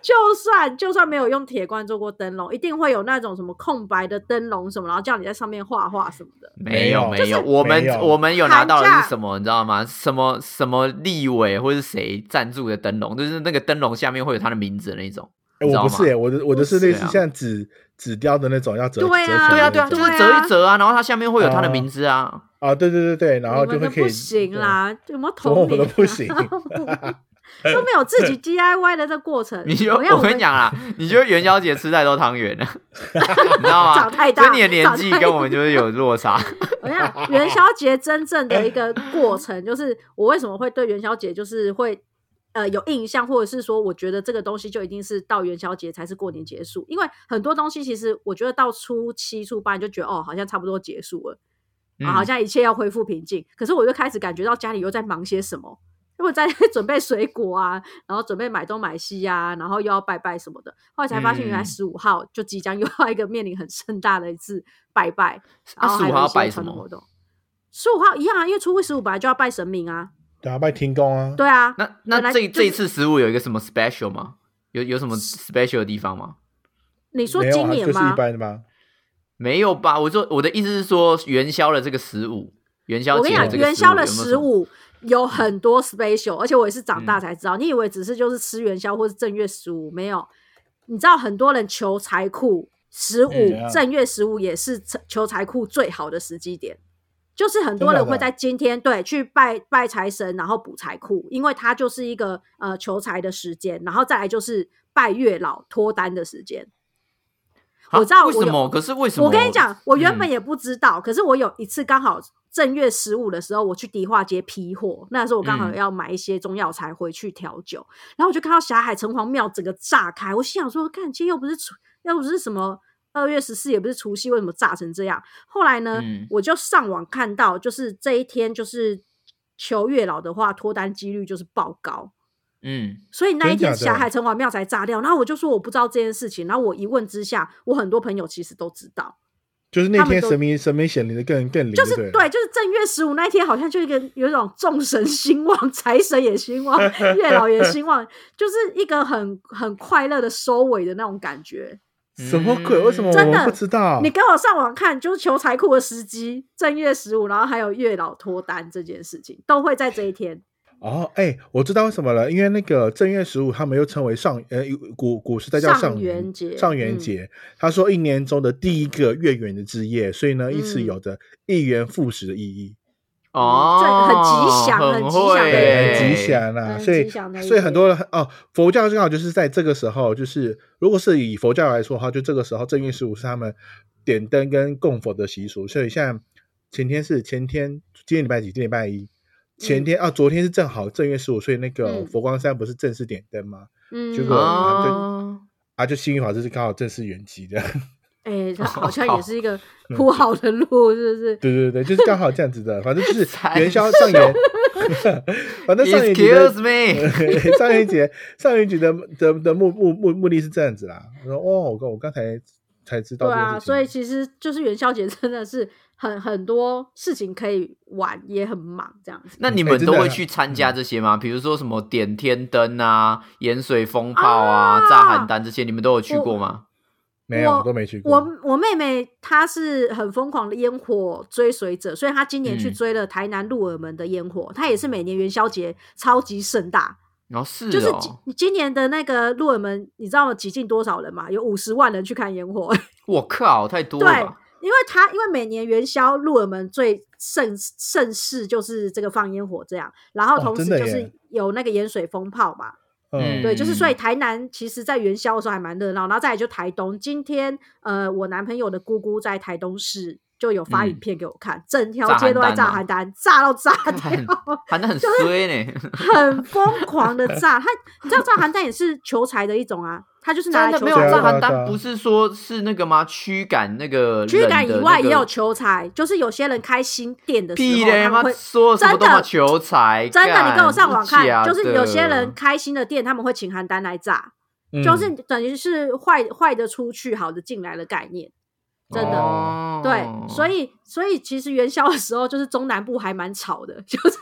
[SPEAKER 2] 就算就算没有用铁罐做过灯笼，一定会有那种什么空白的灯笼什么，然后叫你在上面画画什么的。
[SPEAKER 3] 没有
[SPEAKER 1] 没
[SPEAKER 3] 没
[SPEAKER 1] 有
[SPEAKER 3] 有，我们
[SPEAKER 1] 没有
[SPEAKER 3] 我们有拿到的
[SPEAKER 2] 寒假
[SPEAKER 3] 是什么，你知道吗？什么什么立委或是谁赞助的灯笼，就是那个灯笼下面会有他的名字的那种。
[SPEAKER 1] 哎，
[SPEAKER 3] 你知
[SPEAKER 1] 我
[SPEAKER 3] 道
[SPEAKER 1] 不
[SPEAKER 3] 吗
[SPEAKER 1] 是哎，我的我的是
[SPEAKER 3] 不是
[SPEAKER 1] 类似
[SPEAKER 3] 啊
[SPEAKER 1] 像纸纸雕的那种，要折折
[SPEAKER 2] 对
[SPEAKER 1] 起
[SPEAKER 2] 啊
[SPEAKER 1] 来
[SPEAKER 3] 对
[SPEAKER 1] 的
[SPEAKER 3] 啊对啊，
[SPEAKER 1] 那
[SPEAKER 3] 就
[SPEAKER 1] 种
[SPEAKER 3] 是折一折啊，然后它下面会有他的名字啊。
[SPEAKER 1] 啊，对对对对，然后
[SPEAKER 2] 你
[SPEAKER 1] 就会
[SPEAKER 2] 们的
[SPEAKER 1] 可以
[SPEAKER 2] 不行，啦，有没有
[SPEAKER 1] 对怎么
[SPEAKER 2] 同
[SPEAKER 1] 我
[SPEAKER 2] 理、
[SPEAKER 1] 都
[SPEAKER 2] 啊？
[SPEAKER 1] 不行，
[SPEAKER 2] 都没有自己 DIY 的这过程。
[SPEAKER 3] 你就
[SPEAKER 2] 同样
[SPEAKER 3] 我跟你，讲啦，你就元宵节吃太多汤 圆了，你知道
[SPEAKER 2] 长
[SPEAKER 3] 吗？
[SPEAKER 2] 太大，
[SPEAKER 3] 所以你的年纪
[SPEAKER 2] 长太
[SPEAKER 3] 跟我们就是有落 差。
[SPEAKER 2] 我想元宵节真正的一 个过程，就是我为什么会对元宵节就是会呃有印象，或者是说我觉得这个东西就一定是到元宵节才是过年结束，因为很多东西其实我觉得到初七初八你就觉得哦好像差不多结束了，啊好
[SPEAKER 3] 嗯
[SPEAKER 2] 像一切要恢复平静，可是我就开始感觉到家里又在忙些什么。因为在 准备水果啊，然后准备买东买西啊，然后又要拜拜什么的，后来才发现原来
[SPEAKER 3] 嗯
[SPEAKER 2] 十五号就即将又要一个面临很盛大的一次拜拜，然
[SPEAKER 3] 啊，
[SPEAKER 2] 后
[SPEAKER 3] 十
[SPEAKER 2] 哦还
[SPEAKER 3] 五
[SPEAKER 2] 有
[SPEAKER 3] 号
[SPEAKER 2] 一
[SPEAKER 3] 要
[SPEAKER 2] 些
[SPEAKER 3] 摆什
[SPEAKER 2] 传统
[SPEAKER 3] 么
[SPEAKER 2] 活？动。十五号一样啊，因为初一十五本来就要拜神明啊，
[SPEAKER 1] 然后拜听工啊，
[SPEAKER 2] 对啊，
[SPEAKER 3] 那
[SPEAKER 2] 本
[SPEAKER 3] 那
[SPEAKER 2] 来
[SPEAKER 3] 这
[SPEAKER 2] 就
[SPEAKER 3] 这一
[SPEAKER 2] 是
[SPEAKER 3] 次十五有一个什么 special 吗？有有什么 special 的地方吗？
[SPEAKER 2] 你说
[SPEAKER 1] 没有
[SPEAKER 2] 今
[SPEAKER 1] 啊，就
[SPEAKER 2] 年
[SPEAKER 1] 是
[SPEAKER 2] 吗
[SPEAKER 1] 一？般的吧，
[SPEAKER 3] 没有吧？我说我的意思是说元宵的这个十五，元宵
[SPEAKER 2] 我跟你
[SPEAKER 3] 节
[SPEAKER 2] 讲，
[SPEAKER 3] 这个
[SPEAKER 2] 元宵的
[SPEAKER 3] 十
[SPEAKER 2] 十
[SPEAKER 3] 五
[SPEAKER 2] 五有很多 special，而且我也是长大
[SPEAKER 3] 嗯
[SPEAKER 2] 才知道，你以为只是就是吃元宵或是正月十五，没有，你知道很多人求财库，十五、
[SPEAKER 3] 啊
[SPEAKER 1] 嗯
[SPEAKER 2] 正月十五也是求财库最好的时机点。就是很多
[SPEAKER 1] 真的
[SPEAKER 2] 人会
[SPEAKER 1] 的
[SPEAKER 2] 在今天对去拜拜财神，然后补财库，因为它就是一个呃求财的时间，然后再来就是拜月老脱单的时间。
[SPEAKER 3] 有没有什么啊
[SPEAKER 2] 我知道
[SPEAKER 3] 为
[SPEAKER 2] 我
[SPEAKER 3] 什
[SPEAKER 2] 有
[SPEAKER 3] 么，可是为什么？
[SPEAKER 2] 我跟你，讲，我原本
[SPEAKER 3] 嗯
[SPEAKER 2] 也不知道，可是我有一次刚好正月十五的时候，我去迪化街批货，那时候我刚好
[SPEAKER 3] 嗯
[SPEAKER 2] 要买一些中药材回去调酒，然后我就看到霞海城隍庙整个炸开，我心想说，看今天又不是除，又不是什么。二月十四也不是除夕，为什么炸成这样？后来呢，
[SPEAKER 3] 嗯
[SPEAKER 2] 我就上网看到，就是这一天就是求月老的话，脱单几率就是爆高。
[SPEAKER 3] 嗯，
[SPEAKER 2] 所以那一
[SPEAKER 1] 真
[SPEAKER 2] 天
[SPEAKER 1] 假的
[SPEAKER 2] 霞海城隍庙才炸掉。然后我就说我不知道这件事情，然后我一问之下，我很多朋友其实都知道，
[SPEAKER 1] 就是那
[SPEAKER 2] 他们
[SPEAKER 1] 天
[SPEAKER 2] 都
[SPEAKER 1] 神明神明显灵的更更灵，
[SPEAKER 2] 就是
[SPEAKER 1] 对啊了，
[SPEAKER 2] 对，就是正月十五那一天，好像就一个有一种众神兴旺， 财神也兴旺，月老也兴旺，就是一个很很快乐的收尾的那种感觉。
[SPEAKER 1] 什么鬼？为什么我
[SPEAKER 2] 嗯真
[SPEAKER 1] 们
[SPEAKER 2] 的
[SPEAKER 1] 不知道？
[SPEAKER 2] 你跟我上网看，就是求财库的时机，正月十五，然后还有月老脱单这件事情，都会在这一天。
[SPEAKER 1] 哦，哎、我知道为什么了，因为那个正月十五，他们又称为上呃古古时代叫
[SPEAKER 2] 上
[SPEAKER 1] 上
[SPEAKER 2] 元节
[SPEAKER 1] 上元
[SPEAKER 2] 嗯
[SPEAKER 1] 节，他说一年中的第一个月圆的之夜，所以呢，一直
[SPEAKER 2] 嗯
[SPEAKER 1] 有着一元复始的意义，
[SPEAKER 3] 哦，
[SPEAKER 2] 这很吉祥很吉祥
[SPEAKER 3] 会
[SPEAKER 2] 对
[SPEAKER 1] 对，很
[SPEAKER 3] 耶
[SPEAKER 1] 吉祥啊。
[SPEAKER 2] 嗯
[SPEAKER 1] 所以
[SPEAKER 2] 吉祥的一
[SPEAKER 1] 所以很
[SPEAKER 2] 天
[SPEAKER 1] 多人哦，佛教正好就是在这个时候，就是如果是以佛教来说的话，就这个时候正月十五是他们点灯跟供佛的习俗，所以像前天是前天，今天礼拜几？今天礼拜一。前
[SPEAKER 2] 嗯
[SPEAKER 1] 天、啊，昨天是正好正月十五，所以那个
[SPEAKER 2] 嗯
[SPEAKER 1] 佛光山不是正式点灯吗？
[SPEAKER 2] 嗯，
[SPEAKER 1] 结果啊对
[SPEAKER 3] 哦，
[SPEAKER 1] 啊，就幸运法师是刚好正式圆寂的，
[SPEAKER 2] 哎，它
[SPEAKER 3] 哦
[SPEAKER 2] 好像
[SPEAKER 3] 好
[SPEAKER 2] 也是一个
[SPEAKER 1] 嗯
[SPEAKER 2] 铺好的路，是不是？
[SPEAKER 1] 对对对，就是刚好这样子的，反正就是
[SPEAKER 3] 才
[SPEAKER 1] 元宵上元， 反正上元节的
[SPEAKER 3] Excuse me，
[SPEAKER 1] 上元节上元节的的的目目目目的是这样子啦。我说哦，我刚我刚才才知道
[SPEAKER 2] 对
[SPEAKER 1] 这
[SPEAKER 2] 啊，
[SPEAKER 1] 件事情，
[SPEAKER 2] 所以其实就是元宵节真的是很很多事情可以玩，也很忙这样子。
[SPEAKER 3] 那你
[SPEAKER 1] 哎
[SPEAKER 3] 们
[SPEAKER 1] 真
[SPEAKER 3] 都
[SPEAKER 1] 的
[SPEAKER 3] 会去参加这些吗？比如说什么点天灯啊、盐水风炮啊、
[SPEAKER 2] 啊
[SPEAKER 3] 炸邯郸这些，你们都有去过吗？
[SPEAKER 1] 没有
[SPEAKER 2] 我
[SPEAKER 1] 我都没去过。
[SPEAKER 2] 我我妹妹她是很疯狂的烟火追随者，所以她今年去
[SPEAKER 3] 嗯
[SPEAKER 2] 追了台南鹿耳门的烟火，她也是每年元宵节超级盛大，
[SPEAKER 3] 然后是
[SPEAKER 2] 就是今
[SPEAKER 3] 哦，
[SPEAKER 2] 你今年的那个鹿耳门，你知道吗？挤进多少人吗？有五十万人去看烟火，
[SPEAKER 3] 我靠，太多了
[SPEAKER 2] 对
[SPEAKER 3] 吧？，
[SPEAKER 2] 因为他因为每年元宵鹿耳门最盛盛世就是这个放烟火这样，然后
[SPEAKER 1] 哦
[SPEAKER 2] 同时
[SPEAKER 1] 真的
[SPEAKER 2] 就
[SPEAKER 1] 耶
[SPEAKER 2] 是有那个盐水风炮嘛，
[SPEAKER 1] 嗯，
[SPEAKER 2] 对，就是
[SPEAKER 3] 嗯
[SPEAKER 2] 所以台南其实在元宵的时候还蛮热闹，然后再来就台东，今天呃我男朋友的姑姑在台东市就有发
[SPEAKER 3] 嗯
[SPEAKER 2] 影片给我看，整条
[SPEAKER 3] 炸
[SPEAKER 2] 街
[SPEAKER 3] 邯
[SPEAKER 2] 都在
[SPEAKER 3] 郸
[SPEAKER 2] 炸邯
[SPEAKER 3] 吗
[SPEAKER 2] 郸，炸到炸
[SPEAKER 3] 看
[SPEAKER 2] 掉。
[SPEAKER 3] 邯郸很衰呢，
[SPEAKER 2] 很疯狂的炸，他你知道炸邯郸也是求财的一种啊，他就是拿来
[SPEAKER 3] 真的
[SPEAKER 2] 求
[SPEAKER 3] 没有
[SPEAKER 1] 对啊
[SPEAKER 2] 财
[SPEAKER 3] 炸
[SPEAKER 1] 对啊
[SPEAKER 3] 邯
[SPEAKER 1] 对啊
[SPEAKER 3] 郸，不是说是那个吗？驱赶那个
[SPEAKER 2] 驱赶
[SPEAKER 3] 人的
[SPEAKER 2] 以外
[SPEAKER 3] 那个
[SPEAKER 2] 也有求财，就是有些人开新店的时
[SPEAKER 3] 屁
[SPEAKER 2] 候，
[SPEAKER 3] 嘞，
[SPEAKER 2] 他
[SPEAKER 3] 妈
[SPEAKER 2] 们会
[SPEAKER 3] 说什么都
[SPEAKER 2] 真的
[SPEAKER 3] 嘛求财，
[SPEAKER 2] 真的，你
[SPEAKER 3] 干
[SPEAKER 2] 跟我上网看，
[SPEAKER 3] 假
[SPEAKER 2] 就是有些人
[SPEAKER 3] 的
[SPEAKER 2] 开新的店，他们会请邯郸来炸，就是
[SPEAKER 1] 嗯
[SPEAKER 2] 等于是坏坏的出去，好的进来的概念。真的。
[SPEAKER 3] 哦
[SPEAKER 2] 对，所以所以其实元宵的时候，就是中南部还蛮吵的， 就是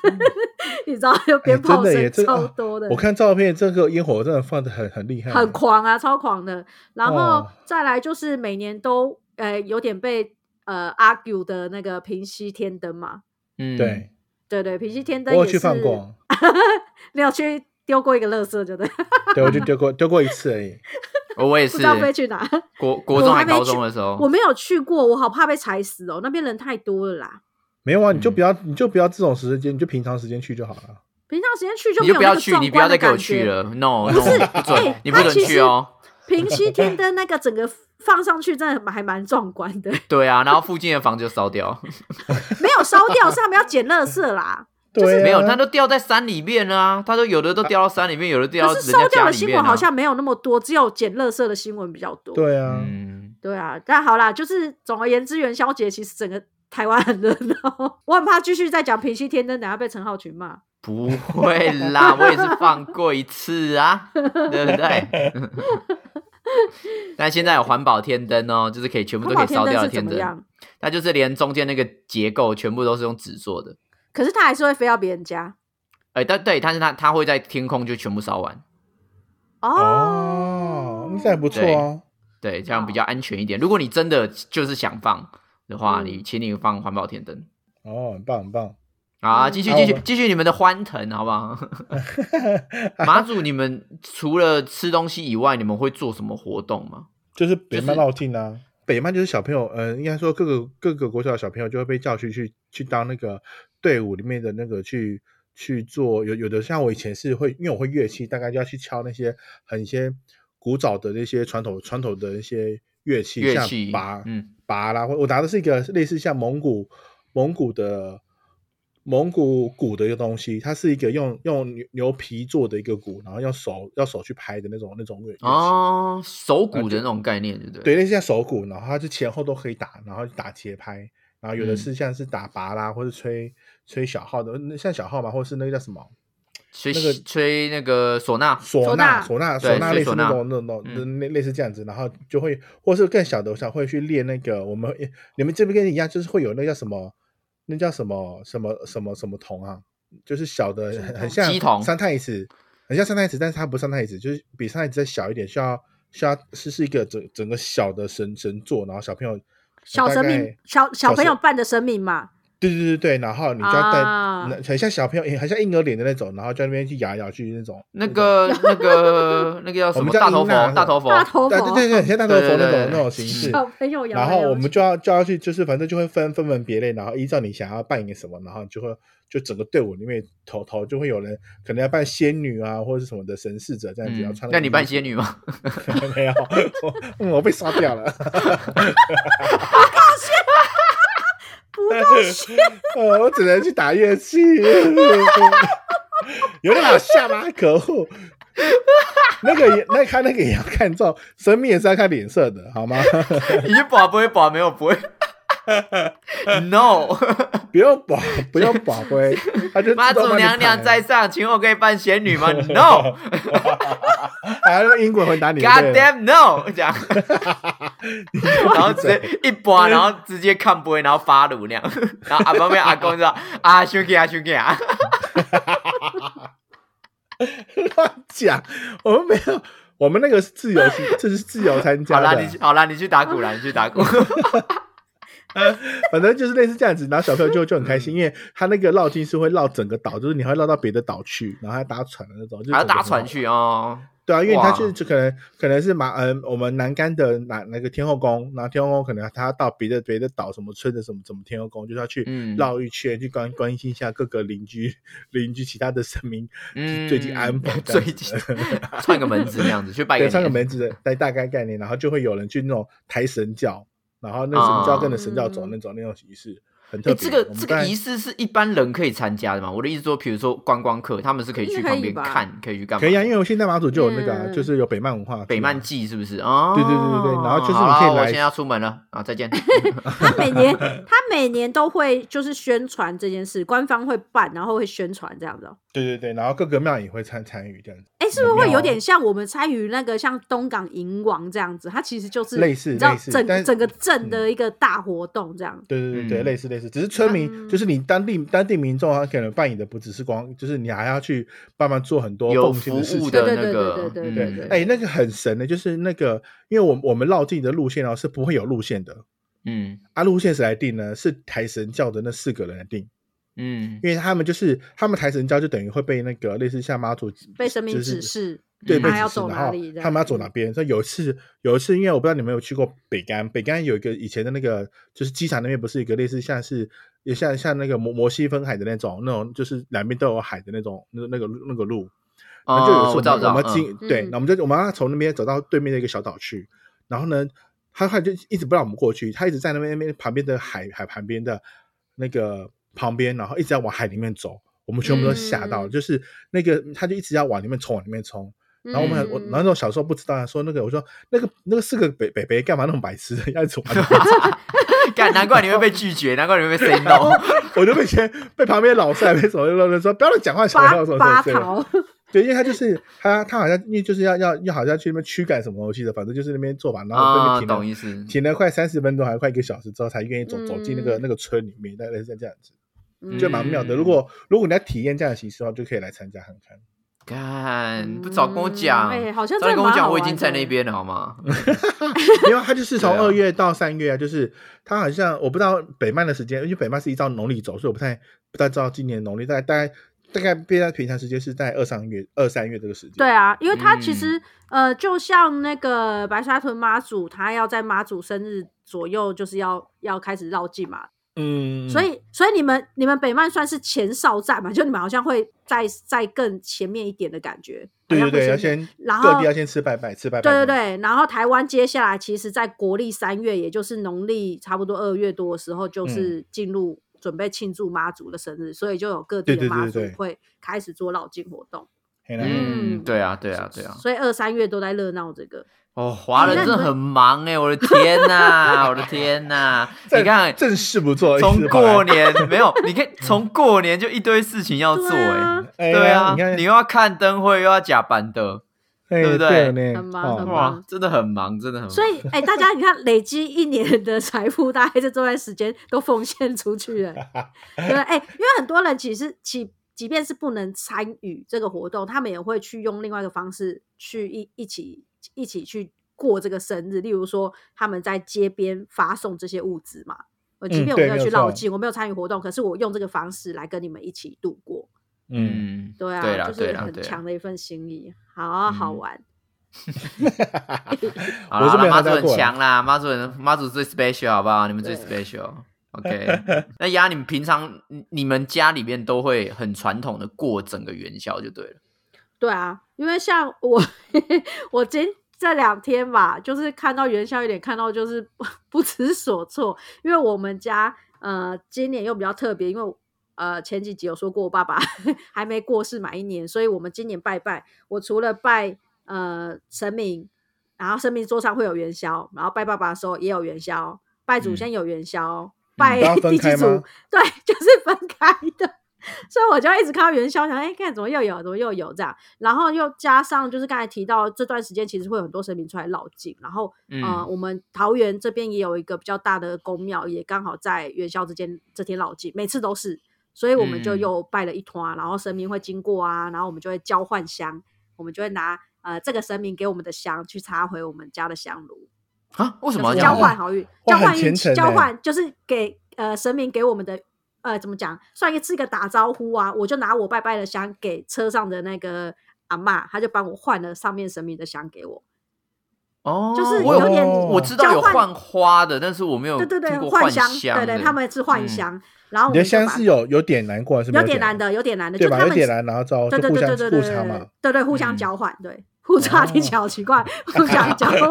[SPEAKER 2] 你知道，就鞭炮
[SPEAKER 1] 嗯哎真的耶这
[SPEAKER 2] 声超多的，
[SPEAKER 1] 我看照片，这个烟火真的放的很很厉害，
[SPEAKER 2] 很狂啊，超狂的。然后
[SPEAKER 1] 哦
[SPEAKER 2] 再来就是每年都呃有点被呃 argue 的那个平息天灯嘛，
[SPEAKER 3] 嗯，
[SPEAKER 1] 对，
[SPEAKER 2] 对对，平息天
[SPEAKER 1] 我
[SPEAKER 2] 灯
[SPEAKER 1] 有
[SPEAKER 2] 也
[SPEAKER 1] 去
[SPEAKER 2] 是
[SPEAKER 1] 放过，
[SPEAKER 2] 你有去丢过一个垃圾，就对，
[SPEAKER 1] 对，我就丢过丢过一次而已。
[SPEAKER 3] 我我也
[SPEAKER 2] 不
[SPEAKER 3] 是欸
[SPEAKER 2] 知道飞去哪。
[SPEAKER 3] 国国
[SPEAKER 2] 我
[SPEAKER 3] 中
[SPEAKER 2] 还
[SPEAKER 3] 还
[SPEAKER 2] 没
[SPEAKER 3] 高
[SPEAKER 2] 去
[SPEAKER 3] 中的时
[SPEAKER 1] 哦
[SPEAKER 3] 候，
[SPEAKER 2] 我没有去过，我好怕被踩死哦，那边人太多了啦。
[SPEAKER 1] 没有啊，
[SPEAKER 3] 嗯
[SPEAKER 1] 你就不要，你就不要这种时间，你就平常时间去就好了。
[SPEAKER 2] 平常时间去就
[SPEAKER 3] 你
[SPEAKER 2] 没
[SPEAKER 3] 就
[SPEAKER 2] 有
[SPEAKER 3] 不
[SPEAKER 2] 那
[SPEAKER 3] 要
[SPEAKER 2] 个
[SPEAKER 3] 去，
[SPEAKER 2] 壮
[SPEAKER 3] 你不要
[SPEAKER 2] 观
[SPEAKER 3] 再
[SPEAKER 2] 的
[SPEAKER 3] 给我
[SPEAKER 2] 感
[SPEAKER 3] 去
[SPEAKER 2] 觉。
[SPEAKER 3] 了，no，
[SPEAKER 2] 不是
[SPEAKER 3] no，不准
[SPEAKER 2] 哎，
[SPEAKER 3] 你不
[SPEAKER 2] 它
[SPEAKER 3] 准
[SPEAKER 2] 其
[SPEAKER 3] 去
[SPEAKER 2] 实
[SPEAKER 3] 哦。
[SPEAKER 2] 平息天灯那个整个放上去，真的还蛮壮观的。
[SPEAKER 3] 对啊，然后附近的房就烧掉，
[SPEAKER 2] 没有烧掉，是他们要捡垃圾 啦。
[SPEAKER 1] 对啊，
[SPEAKER 3] 没有，它都掉在山里面了啊，它都有的都掉到山里面，有的掉到
[SPEAKER 2] 可
[SPEAKER 3] 人
[SPEAKER 2] 是烧
[SPEAKER 3] 家
[SPEAKER 2] 掉
[SPEAKER 3] 家
[SPEAKER 2] 的
[SPEAKER 3] 里
[SPEAKER 2] 新
[SPEAKER 3] 面
[SPEAKER 2] 闻
[SPEAKER 3] 啊。
[SPEAKER 2] 好像没有那么多，只有捡垃圾的新闻比较多。
[SPEAKER 1] 对啊，
[SPEAKER 3] 嗯，
[SPEAKER 2] 对啊，但好啦，就是总而言之，元宵节其实整个台湾很热闹。 我很怕继续再讲平息天灯，等下被陈浩群骂。
[SPEAKER 3] 不会 啦，我也是放过一次啊，对 不对？但现在有环保天灯哦，就是可以全部
[SPEAKER 2] 环保
[SPEAKER 3] 都可以
[SPEAKER 2] 天
[SPEAKER 3] 烧掉
[SPEAKER 2] 灯
[SPEAKER 3] 的
[SPEAKER 2] 是怎
[SPEAKER 3] 天
[SPEAKER 2] 么
[SPEAKER 3] 灯，
[SPEAKER 2] 样？
[SPEAKER 3] 它就是连中间那个结构全部都是用纸做的。
[SPEAKER 2] 可是它还是会飞到别人家
[SPEAKER 3] 哎，但对，但是它它会在天空就全部烧完，
[SPEAKER 1] 哦，那这还不错啊。
[SPEAKER 3] 对，这样比较安全一点。如果你真的就是想放的话，
[SPEAKER 2] 哦嗯
[SPEAKER 3] 你请你放环保天灯。
[SPEAKER 1] 哦，很棒很棒。
[SPEAKER 3] 好啊，
[SPEAKER 2] 嗯
[SPEAKER 3] 继续
[SPEAKER 1] 好
[SPEAKER 3] 继续
[SPEAKER 1] 我们
[SPEAKER 3] 继续你们的欢腾，好 不好？马祖，你们除了吃东西以外，你们会做什么活动吗？
[SPEAKER 1] 就是北
[SPEAKER 3] 就是
[SPEAKER 1] 曼绕境啊，北曼就是小朋友，嗯、应该说各个各个国小的小朋友就会被叫去去去当那个队伍里面的那个去去做，有有的像我以前是会，因为我会乐器，大概就要去敲那些很一些古早的那些传统传统的一些乐器，
[SPEAKER 3] 乐
[SPEAKER 1] 像
[SPEAKER 3] 器
[SPEAKER 1] 拔，
[SPEAKER 3] 嗯，
[SPEAKER 1] 拔啦，我我拿的是一个类似像蒙古蒙古的蒙古鼓的一个东西，它是一个用用牛牛皮做的一个鼓，然后用手用手去拍的那种那种乐乐器。
[SPEAKER 3] 哦，手鼓的那种概念，对不对？
[SPEAKER 1] 对，类似像手鼓，然后它就前后都可以打，然后打节拍，然后有的
[SPEAKER 3] 嗯
[SPEAKER 1] 是像是打拔啦，或者吹吹小号的，那像小号嘛，或者是那个叫什么
[SPEAKER 3] 吹
[SPEAKER 1] 那个
[SPEAKER 3] 吹那个唢呐，
[SPEAKER 1] 唢呐、唢呐、
[SPEAKER 3] 对
[SPEAKER 1] 唢呐
[SPEAKER 3] 吹
[SPEAKER 1] 类似
[SPEAKER 3] 唢
[SPEAKER 1] 那
[SPEAKER 3] 呐
[SPEAKER 1] 种那种那
[SPEAKER 3] 嗯
[SPEAKER 1] 类类似这样子，然后就会，或是更小的，我想会去练那个，我们你们这边跟一样，就是会有那叫什么，那叫什么什么什么什么铜啊，就是小的
[SPEAKER 2] 什么
[SPEAKER 1] 很
[SPEAKER 2] 铜
[SPEAKER 1] 很像
[SPEAKER 3] 鸡铜
[SPEAKER 1] 三太子，很像三太子，但是它不是三太子，就是比三太子再小一点，需要需要是是一个整整个小的神神座，然后小朋友
[SPEAKER 2] 小
[SPEAKER 1] 大
[SPEAKER 2] 神
[SPEAKER 1] 概
[SPEAKER 2] 明，小小朋
[SPEAKER 1] 小
[SPEAKER 2] 友
[SPEAKER 1] 神
[SPEAKER 2] 扮的神明嘛。
[SPEAKER 1] 对对对对，然后你就要带，
[SPEAKER 2] 啊
[SPEAKER 1] 那很像小朋友，很像婴儿脸的那种，然后在那边去摇来摇去那种。
[SPEAKER 3] 那个那个 那个叫什
[SPEAKER 1] 我
[SPEAKER 3] 么
[SPEAKER 1] 们
[SPEAKER 3] 大
[SPEAKER 1] 叫
[SPEAKER 3] 头
[SPEAKER 1] 音
[SPEAKER 3] 佛，
[SPEAKER 1] 呐
[SPEAKER 3] 大头佛，
[SPEAKER 2] 大头
[SPEAKER 1] 对
[SPEAKER 2] 佛，
[SPEAKER 1] 对对对，很像大头佛那
[SPEAKER 3] 对对对
[SPEAKER 1] 种那种形式。
[SPEAKER 2] 小朋友摇来
[SPEAKER 1] 然后
[SPEAKER 2] 摇
[SPEAKER 1] 我们
[SPEAKER 2] 去
[SPEAKER 1] 就要就要去，就是反正就会分分门别类，然后依照你想要扮演什么，然后就会就整个队伍里面头头就会有人可能要扮仙女啊，或者是什么的神事者这样子，要
[SPEAKER 3] 嗯
[SPEAKER 1] 穿。
[SPEAKER 3] 那你扮
[SPEAKER 1] 仙
[SPEAKER 3] 仙女吗？
[SPEAKER 1] 女 没有？我嗯我被刷掉了。
[SPEAKER 2] 不够 炫，
[SPEAKER 1] 呃，我只能去打乐器， 有点好笑吗？可恶！那个也，那看那个也要看照，生命也是要看脸色的，好吗？
[SPEAKER 3] 你去把不会把没有不会 ，no，
[SPEAKER 1] 不用保，不用保龟，他就
[SPEAKER 3] 妈
[SPEAKER 1] 自动
[SPEAKER 3] 祖
[SPEAKER 1] 帮你啊
[SPEAKER 3] 娘娘
[SPEAKER 1] 排
[SPEAKER 3] 在，上，请问我可以扮仙 女吗？No，God
[SPEAKER 1] 还要用英国回答你。对
[SPEAKER 3] damn no，这样， 然后直接一拔，然后直接看不会，然后发怒那样， 然后阿旁边阿公就说啊兄弟啊兄弟啊，
[SPEAKER 1] 乱讲，我们没有，我们那个是自由行， 这是自由参
[SPEAKER 3] 好
[SPEAKER 1] 加
[SPEAKER 3] 啦你
[SPEAKER 1] 的
[SPEAKER 3] 去，好啦你去打鼓啦，你去打 鼓。
[SPEAKER 1] 反正就是类似这样子，然后小朋友就就很开心，因为他那个绕境是会绕整个岛，就是你还会绕到别的岛去，然后还搭船的那种，就是
[SPEAKER 3] 还要
[SPEAKER 1] 整个
[SPEAKER 3] 搭
[SPEAKER 1] 很好
[SPEAKER 3] 船去哦。
[SPEAKER 1] 对啊，因为
[SPEAKER 3] 哇
[SPEAKER 1] 他就是就可能可能是马嗯、我们南竿的哪那个天后宫，然后天后宫可能他要到别的别的岛什么村的什么什么天后宫，就是要去
[SPEAKER 3] 嗯
[SPEAKER 1] 绕一圈、去关关心一下各个邻居邻居其他的神明
[SPEAKER 3] 嗯，
[SPEAKER 1] 最近安 保这
[SPEAKER 3] 最
[SPEAKER 1] 样子
[SPEAKER 3] 近串个门子那样子去拜
[SPEAKER 1] 对
[SPEAKER 3] 个年
[SPEAKER 1] 上个门子的大大概概念，然后就会有人去那种抬神教，然后那个神教跟着神教走
[SPEAKER 2] 嗯
[SPEAKER 1] 那种、那种仪式，很特
[SPEAKER 3] 啊诶
[SPEAKER 1] 别。
[SPEAKER 3] 这
[SPEAKER 2] 哎
[SPEAKER 3] 个
[SPEAKER 1] 我们
[SPEAKER 3] 这
[SPEAKER 1] 刚
[SPEAKER 3] 个
[SPEAKER 1] 才
[SPEAKER 3] 仪式是一般人可以参加的嘛？我的意思说，比如说观光客，他们是可以去
[SPEAKER 2] 应该
[SPEAKER 3] 旁
[SPEAKER 2] 可以
[SPEAKER 3] 边
[SPEAKER 2] 吧
[SPEAKER 3] 看，可以去干嘛？
[SPEAKER 1] 可以啊，因为我现在马祖就有那个啊、
[SPEAKER 2] 嗯
[SPEAKER 1] 就是有北曼文化，
[SPEAKER 3] 北曼季是不是？哦，
[SPEAKER 1] 对对对对对然后就是你可以
[SPEAKER 3] 好啦我
[SPEAKER 1] 来
[SPEAKER 3] 现在要出门了啊，再见。
[SPEAKER 2] 他每年他每年都会就是宣传这件事，官方会办，然后会宣传这样子哦。
[SPEAKER 1] 对对对，然后各个庙也会参参与这样子。
[SPEAKER 2] 哎，是不是会
[SPEAKER 1] 很妙
[SPEAKER 2] 有
[SPEAKER 1] 哦
[SPEAKER 2] 点像我们参与那个像东港银王这样子？它其实就是
[SPEAKER 1] 类似
[SPEAKER 2] 你知道
[SPEAKER 1] 类似但嗯
[SPEAKER 2] 整
[SPEAKER 1] 是
[SPEAKER 2] 整个镇的一个大活动这样。
[SPEAKER 1] 对对对对，
[SPEAKER 3] 嗯
[SPEAKER 1] 类似类似，只是村民
[SPEAKER 2] 啊
[SPEAKER 1] 就是你当地当地民众，他可能扮演的不只是光，就是你还要去帮忙做很多
[SPEAKER 3] 有
[SPEAKER 1] 贡献
[SPEAKER 3] 服
[SPEAKER 1] 的事
[SPEAKER 3] 务
[SPEAKER 1] 情。
[SPEAKER 3] 的
[SPEAKER 2] 对
[SPEAKER 3] 那
[SPEAKER 2] 对
[SPEAKER 3] 个，
[SPEAKER 2] 对对对
[SPEAKER 1] 对，
[SPEAKER 3] 嗯
[SPEAKER 1] 哎、那个很神的，就是那个，因为我我们绕境的路线哦是不会有路线的，
[SPEAKER 3] 嗯
[SPEAKER 1] 啊，路线谁来定呢？是台神教的那四个人来定，
[SPEAKER 3] 嗯，
[SPEAKER 1] 因为他们就是他们台神教就等于会被那个类似像妈祖
[SPEAKER 2] 被神明指，
[SPEAKER 1] 就是
[SPEAKER 2] 示，
[SPEAKER 1] 对，
[SPEAKER 3] 嗯
[SPEAKER 1] 被
[SPEAKER 2] 他要
[SPEAKER 1] 指示
[SPEAKER 2] 走
[SPEAKER 1] 然
[SPEAKER 2] 哪
[SPEAKER 1] 后
[SPEAKER 2] 里嗯的，
[SPEAKER 1] 他们要走哪边。所以有一次，有一次，因为我不知道你们有去过北干，北干有一个以前的那个，就是机场那边不是一个类似像是也像像那个摩摩西分海的那种那种，就是两边都有海的那种那那个那个路。那就有
[SPEAKER 3] 哦，
[SPEAKER 1] 时
[SPEAKER 3] 我知
[SPEAKER 1] 候
[SPEAKER 3] 道，我知
[SPEAKER 1] 我
[SPEAKER 3] 道
[SPEAKER 1] 们
[SPEAKER 3] 嗯
[SPEAKER 1] 经对，
[SPEAKER 2] 嗯
[SPEAKER 1] 那我们就我们要从那边走到对面的一个小岛去，然后呢，他他就一直不让我们过去，他一直在那边那边旁边的海海旁边的那个旁边，然后一直要往海里面走，我们全部都吓到，
[SPEAKER 2] 嗯
[SPEAKER 1] 就是那个他就一直要往里面冲，往里面冲。
[SPEAKER 2] 嗯。
[SPEAKER 1] 然后我们很，我然后那种小时候不知道啊说那个，我说那个那个四个北北北干嘛那么白痴的样子，
[SPEAKER 3] 干，难怪你会被拒绝，难怪你会被 say no。
[SPEAKER 1] 我就被先被旁边老师还没什么就说不要乱讲话，小朋
[SPEAKER 2] 八
[SPEAKER 1] 友什么什
[SPEAKER 2] 八
[SPEAKER 1] 么之类的
[SPEAKER 2] 桃，
[SPEAKER 1] 对，因为他就是他，他好像因为就是要要要好像去那边驱赶什么东西的，反正就是那边做法，然后那边停了、
[SPEAKER 3] 啊哦懂意思。
[SPEAKER 1] 停了快三十分钟，还快一个小时之后才愿意走、走进那个
[SPEAKER 2] 嗯
[SPEAKER 1] 那个村里面，大概是这样子，
[SPEAKER 3] 嗯
[SPEAKER 1] 就蛮妙的。如果如果你要体验这样的形式的话，就可以来参加看看。
[SPEAKER 3] 干，不早跟我讲，
[SPEAKER 2] 嗯哎好像
[SPEAKER 3] 早
[SPEAKER 2] 真
[SPEAKER 3] 点
[SPEAKER 2] 的
[SPEAKER 3] 跟我
[SPEAKER 2] 蛮
[SPEAKER 3] 讲，
[SPEAKER 2] 好
[SPEAKER 3] 我已经
[SPEAKER 2] 玩
[SPEAKER 3] 在
[SPEAKER 2] 的
[SPEAKER 3] 那边了，好吗？
[SPEAKER 1] 嗯因为他就是从
[SPEAKER 3] 对啊
[SPEAKER 1] 二月到三月啊，就是他好像我不知道北曼的时间，因为北曼是依照农历走，所以我不太不太知道今年农历大概大概大概变在平常时间是在二三月二三月这个时间。
[SPEAKER 2] 对啊，因为他
[SPEAKER 3] 嗯
[SPEAKER 2] 其实、呃，就像那个白沙屯妈祖，他要在妈祖生日左右，就是要要开始绕境嘛。
[SPEAKER 1] 嗯，
[SPEAKER 2] 所以，所以你们你们北曼算是前哨站嘛？就你们好像会在在更前面一点的感觉。好
[SPEAKER 1] 对
[SPEAKER 2] 像
[SPEAKER 1] 对对，
[SPEAKER 2] 会
[SPEAKER 1] 要
[SPEAKER 2] 先
[SPEAKER 1] 先
[SPEAKER 2] 然
[SPEAKER 1] 各
[SPEAKER 2] 后
[SPEAKER 1] 地要先吃拜拜，吃拜拜。
[SPEAKER 2] 对对对，然后台湾接下来其实，在国历三月，也就是农历差不多二月多的时候，
[SPEAKER 1] 嗯
[SPEAKER 2] 就是进入准备庆祝妈祖的生日，所以就有各地
[SPEAKER 1] 对对
[SPEAKER 2] 的妈
[SPEAKER 1] 对
[SPEAKER 2] 祖
[SPEAKER 1] 对
[SPEAKER 2] 会开始做绕境活动。
[SPEAKER 1] 嘿啦，
[SPEAKER 3] 嗯，
[SPEAKER 2] 嗯
[SPEAKER 3] 对啊，对啊，对啊。
[SPEAKER 2] 所以二三月都在热闹这个。
[SPEAKER 3] 哦，华人
[SPEAKER 2] 哎那
[SPEAKER 3] 真
[SPEAKER 2] 你
[SPEAKER 3] 的
[SPEAKER 2] 们
[SPEAKER 3] 很忙哎，我的天 呐，我的天呐！你
[SPEAKER 1] 正
[SPEAKER 3] 看，
[SPEAKER 1] 正事不做，一
[SPEAKER 3] 从
[SPEAKER 1] 直跑来
[SPEAKER 3] 过年 没有，你看从过年就一堆事情要做
[SPEAKER 2] 对
[SPEAKER 3] 哎。
[SPEAKER 2] 啊，
[SPEAKER 1] 哎
[SPEAKER 3] 对
[SPEAKER 1] 呀
[SPEAKER 3] 啊
[SPEAKER 1] 你看，，
[SPEAKER 3] 你又要看灯会，又要假板的，
[SPEAKER 1] 哎
[SPEAKER 3] 对不
[SPEAKER 1] 对
[SPEAKER 3] 对
[SPEAKER 1] 呢？
[SPEAKER 2] 很忙很
[SPEAKER 1] 哦
[SPEAKER 2] 忙
[SPEAKER 3] 哇，真的很忙，真的很忙。
[SPEAKER 2] 所以 哎、大家你看，累积一年的财富，大概这段时间都奉献出去了，对不对哎、因为很多人其实即即便是不能参与这个活动，他们也会去用另外一个方式去一一起一起去过这个生日，例如说他们在街边发送这些物资嘛。呃，即
[SPEAKER 1] 嗯
[SPEAKER 2] 便我
[SPEAKER 1] 对
[SPEAKER 2] 没有
[SPEAKER 1] 没有
[SPEAKER 2] 去绕
[SPEAKER 1] 错
[SPEAKER 2] 境，我没有参与活动，可是我用这个方式来跟你们一起度过，
[SPEAKER 1] 嗯，
[SPEAKER 3] 嗯，
[SPEAKER 2] 对啊，
[SPEAKER 3] 对啦，
[SPEAKER 2] 就
[SPEAKER 3] 对
[SPEAKER 2] 是
[SPEAKER 3] 啦，
[SPEAKER 2] 很
[SPEAKER 3] 对啦。
[SPEAKER 2] 强的一份心意，好啊好
[SPEAKER 3] 嗯
[SPEAKER 2] 玩。
[SPEAKER 3] 好
[SPEAKER 1] 我
[SPEAKER 3] 啦，
[SPEAKER 1] 是没有
[SPEAKER 3] 妈
[SPEAKER 1] 参加
[SPEAKER 3] 祖很
[SPEAKER 1] 过啦
[SPEAKER 3] 强啦，妈祖很妈祖最 special 好不好？你们最 special。OK，那 丫，你们平常你你们家里面都会很传统的过整个元宵就对了。
[SPEAKER 2] 对啊，因为像我， 我今这两天吧，就是看到元宵有点看到就是 不不知所措，因为我们家呃今年又比较特别，因为呃前几集有说过我爸 爸还没过世满一年，所以我们今年拜拜，我除了拜呃神明，然后神明桌上会有元宵，然后拜爸爸的时候也有元宵，拜
[SPEAKER 1] 嗯
[SPEAKER 2] 祖先有元宵，拜
[SPEAKER 1] 都要分
[SPEAKER 2] 地基
[SPEAKER 1] 开
[SPEAKER 2] 组、
[SPEAKER 1] 吗
[SPEAKER 2] 对， 就是分开的。所以我就一直看到元宵，想哎，看怎么又有，怎么又有这样，然后又加上就是刚才提到这段时间，其实会有很多神明出来绕境，然后
[SPEAKER 3] 嗯
[SPEAKER 2] 呃，我们桃园这边也有一个比较大的宫庙，也刚好在元宵之间这天绕境，每次都是，所以我们就
[SPEAKER 3] 嗯
[SPEAKER 2] 又拜了一团，然后神明会经过啊，然后我们就会交换香，我们就会拿呃这个神明给我们的香去插回我们家的香炉，
[SPEAKER 3] 啊，为什么
[SPEAKER 2] 就是
[SPEAKER 3] 要这
[SPEAKER 2] 交
[SPEAKER 3] 样
[SPEAKER 2] 换好运，
[SPEAKER 1] 哇
[SPEAKER 2] 交
[SPEAKER 1] 很
[SPEAKER 2] 换运
[SPEAKER 1] 虔
[SPEAKER 2] 气，
[SPEAKER 1] 诚
[SPEAKER 2] 交
[SPEAKER 1] 欸
[SPEAKER 2] 换就是给呃神明给我们的呃怎么讲，算一次个打招呼啊，我就拿我拜拜的香给车上的那个阿嬷，她就帮我换了上面神明的香给我，
[SPEAKER 3] 哦，
[SPEAKER 2] 就是
[SPEAKER 3] 我
[SPEAKER 2] 有点
[SPEAKER 3] 我知道
[SPEAKER 2] 交
[SPEAKER 3] 有
[SPEAKER 2] 换
[SPEAKER 3] 换花的，但是我没有
[SPEAKER 2] 对对对
[SPEAKER 3] 听，过
[SPEAKER 2] 换
[SPEAKER 3] 香
[SPEAKER 2] 对对，
[SPEAKER 3] 的
[SPEAKER 2] 他们是换
[SPEAKER 3] 嗯
[SPEAKER 2] 香，然后哦我
[SPEAKER 1] 你的
[SPEAKER 2] 们就
[SPEAKER 1] 香
[SPEAKER 2] 把
[SPEAKER 1] 是有有点难过还是没
[SPEAKER 2] 有点
[SPEAKER 1] 难
[SPEAKER 2] 难？的，有点难的，
[SPEAKER 1] 对
[SPEAKER 2] 就
[SPEAKER 1] 吧？
[SPEAKER 2] 他
[SPEAKER 1] 有
[SPEAKER 2] 们
[SPEAKER 1] 点难，然后之后
[SPEAKER 2] 对
[SPEAKER 1] 就
[SPEAKER 2] 对
[SPEAKER 1] 互
[SPEAKER 2] 对
[SPEAKER 1] 相
[SPEAKER 2] 对对
[SPEAKER 1] 互
[SPEAKER 2] 对
[SPEAKER 1] 插嘛。嗯哦
[SPEAKER 2] 对对，互相交换，对，互插技巧 奇怪，互相交换，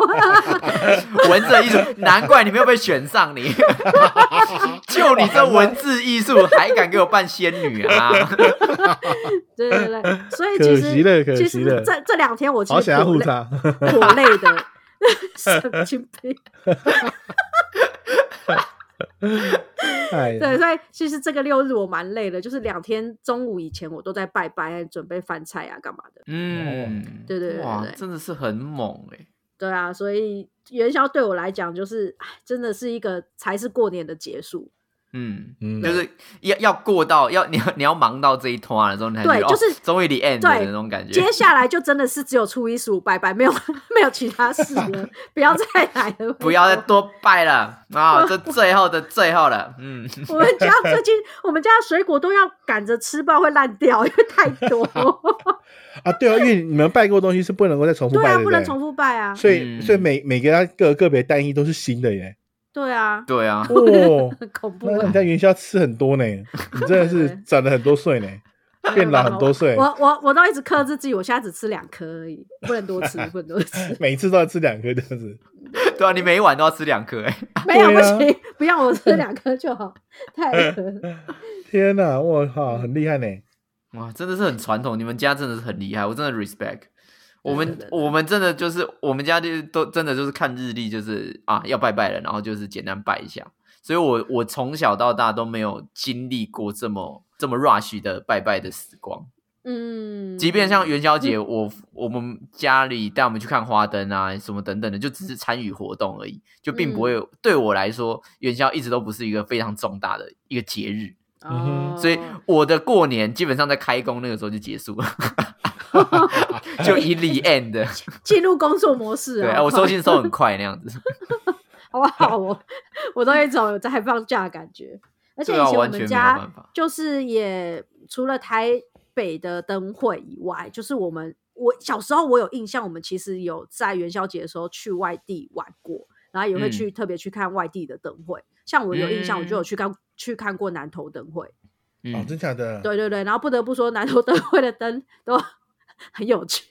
[SPEAKER 3] 文字的艺术，难怪你没有被选上你。 就你这文字艺术，还敢给我扮仙女啊？
[SPEAKER 2] 对对对，所以
[SPEAKER 1] 可
[SPEAKER 2] 其
[SPEAKER 1] 惜了可
[SPEAKER 2] 实其
[SPEAKER 1] 惜了
[SPEAKER 2] 实这这两天我其
[SPEAKER 1] 好
[SPEAKER 2] 实
[SPEAKER 1] 想要
[SPEAKER 2] 颇
[SPEAKER 1] 互
[SPEAKER 2] 累
[SPEAKER 1] 插，
[SPEAKER 2] 颇累的，神经病。
[SPEAKER 1] 哎呀
[SPEAKER 2] 对，所以其实这个六日我蛮累的，就是两天中午以前我都在拜拜，准备饭菜啊，干嘛的。
[SPEAKER 3] 嗯，
[SPEAKER 2] 对对对对
[SPEAKER 3] 哇，
[SPEAKER 2] 对
[SPEAKER 3] 真的是很猛哎、
[SPEAKER 2] 对啊，所以元宵对我来讲就是，哎真的是一个才是过年的结束。
[SPEAKER 3] 嗯，
[SPEAKER 1] 嗯，
[SPEAKER 3] 就是要要过到要你要你要忙到这一通了之后，你才
[SPEAKER 2] 对
[SPEAKER 3] 觉得
[SPEAKER 2] 就是
[SPEAKER 3] 哦、终于 the end
[SPEAKER 2] 对
[SPEAKER 3] 的那种感觉。
[SPEAKER 2] 接下来就真的是只有初一十五拜拜，没有 没有其他事了，不要再来了，
[SPEAKER 3] 不要再多拜了啊！ 这最后的最后了，嗯，
[SPEAKER 2] 我们家最近，我们家的水果都要赶着吃，不然会烂掉，因为太多。
[SPEAKER 1] 啊，对哦，因为你们拜过的东西是不能够再重复
[SPEAKER 2] 对
[SPEAKER 1] 拜
[SPEAKER 2] 啊，
[SPEAKER 1] 的，
[SPEAKER 2] 不能
[SPEAKER 1] 对
[SPEAKER 2] 重复拜啊。
[SPEAKER 1] 所以
[SPEAKER 3] 嗯
[SPEAKER 1] 所以每每个它个个别单一都是新的 耶。
[SPEAKER 2] 对啊，
[SPEAKER 3] 对啊，
[SPEAKER 1] 哦，
[SPEAKER 2] 很恐怖
[SPEAKER 1] 那
[SPEAKER 2] 欸
[SPEAKER 1] 你。在元宵吃很 多呢，你真的是长了很多岁呢，变老很多岁。
[SPEAKER 2] 我，我我都一直克制自己，我现在只吃两颗而已，不能多吃，不能多吃
[SPEAKER 1] 每次都要吃两颗这样子。
[SPEAKER 3] 对啊，你每一碗都要吃两颗哎，
[SPEAKER 2] 没有
[SPEAKER 1] 对
[SPEAKER 2] 不
[SPEAKER 1] 啊
[SPEAKER 2] 行，不要我吃两颗就好，太饿了。
[SPEAKER 1] 天哪，我
[SPEAKER 2] 嗯
[SPEAKER 1] 靠，很厉害呢！
[SPEAKER 3] 哇，真的是很传统，你们家真的是很厉害，我真的 respect。我们
[SPEAKER 2] 对对对
[SPEAKER 3] 我们真的就是我们家就是都真的就是看日历，就是啊要拜拜了，然后就是简单拜一下。所以我我从小到大都没有经历过这么这么 rush 的拜拜的时光。
[SPEAKER 2] 嗯，
[SPEAKER 3] 即便像元宵节，我我们家里带我们去看花灯啊，什么等等的，就只是参与活动而已，就并
[SPEAKER 2] 嗯
[SPEAKER 3] 不会、对我来说，元宵一直都不是一个非常重大的一个节日，
[SPEAKER 1] 嗯
[SPEAKER 2] 哦，
[SPEAKER 3] 所以我的过年基本上在开工那个时候就结束 了，就以里 end。
[SPEAKER 2] 进入工作模式
[SPEAKER 3] 对，
[SPEAKER 2] 啊，
[SPEAKER 3] 我收信 收很快那样子。
[SPEAKER 2] 好不好？我我都有一种有在放假的感觉。而且以
[SPEAKER 3] 对啊
[SPEAKER 2] 前我
[SPEAKER 3] 完全没
[SPEAKER 2] 们
[SPEAKER 3] 有
[SPEAKER 2] 家
[SPEAKER 3] 办法
[SPEAKER 2] 就是也除了台北的灯会以外，就是我们我小时候我有印象，我们其实有在元宵节的时候去外地玩过，然后也会
[SPEAKER 3] 嗯
[SPEAKER 2] 去、特别去看外地的灯会。像我有印象，我就有去看、去看过南投灯会。
[SPEAKER 1] 哦，
[SPEAKER 3] 嗯，
[SPEAKER 1] 真假的？
[SPEAKER 2] 对对对，然后不得不说，南投灯会的灯都 很有趣，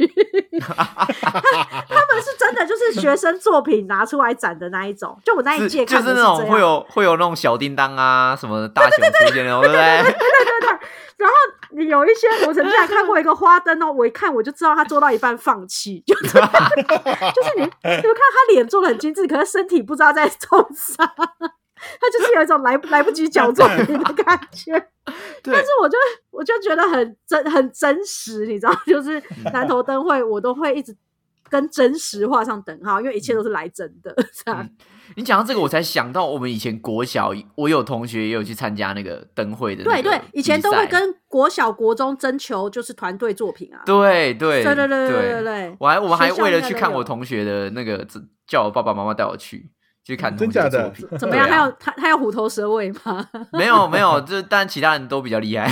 [SPEAKER 2] 他他们是真的就是学生作品拿出来展的那一种，就我那一
[SPEAKER 3] 是
[SPEAKER 2] 届
[SPEAKER 3] 就
[SPEAKER 2] 看的
[SPEAKER 3] 是那
[SPEAKER 2] 这
[SPEAKER 3] 种
[SPEAKER 2] 样
[SPEAKER 3] 会有会有那种小叮当啊什么大熊出现那种，对不对？
[SPEAKER 2] 然后你有一些，我曾经还看过一个花灯哦，我一看我就知道他做到一半放弃， 就是就是你你会看他脸做的很精致，可是身体不知道在冲啥，他就是有一种来来不及矫正的感觉。
[SPEAKER 3] 对
[SPEAKER 2] 但是我就我就觉得很真很真实，你知道，就是
[SPEAKER 3] 嗯
[SPEAKER 2] 南头灯会我都会一直跟真实画上等号，因为一切都是来真
[SPEAKER 3] 嗯
[SPEAKER 2] 的这样。
[SPEAKER 3] 你讲到这个，我才想到我们以前国小，我有同学也有去参加那个灯会的那
[SPEAKER 2] 对
[SPEAKER 3] 个
[SPEAKER 2] 对，以前都会
[SPEAKER 3] 嗯比赛
[SPEAKER 2] 跟国小国中征求就是团队作品啊。
[SPEAKER 3] 对对
[SPEAKER 2] 对对对
[SPEAKER 3] 对
[SPEAKER 2] 对对对
[SPEAKER 3] 我还我们还
[SPEAKER 2] 学校
[SPEAKER 3] 为了
[SPEAKER 2] 应该
[SPEAKER 3] 去
[SPEAKER 2] 都
[SPEAKER 3] 看我
[SPEAKER 2] 有
[SPEAKER 3] 同学的那个，只叫我爸爸妈妈带我去去看同
[SPEAKER 1] 嗯真假
[SPEAKER 3] 学作
[SPEAKER 1] 的
[SPEAKER 3] 品，
[SPEAKER 2] 怎么样？
[SPEAKER 3] 对
[SPEAKER 2] 还
[SPEAKER 3] 啊
[SPEAKER 2] 有他他有虎头蛇尾吗？
[SPEAKER 3] 没有没有，就是但其他人都比较 厉害，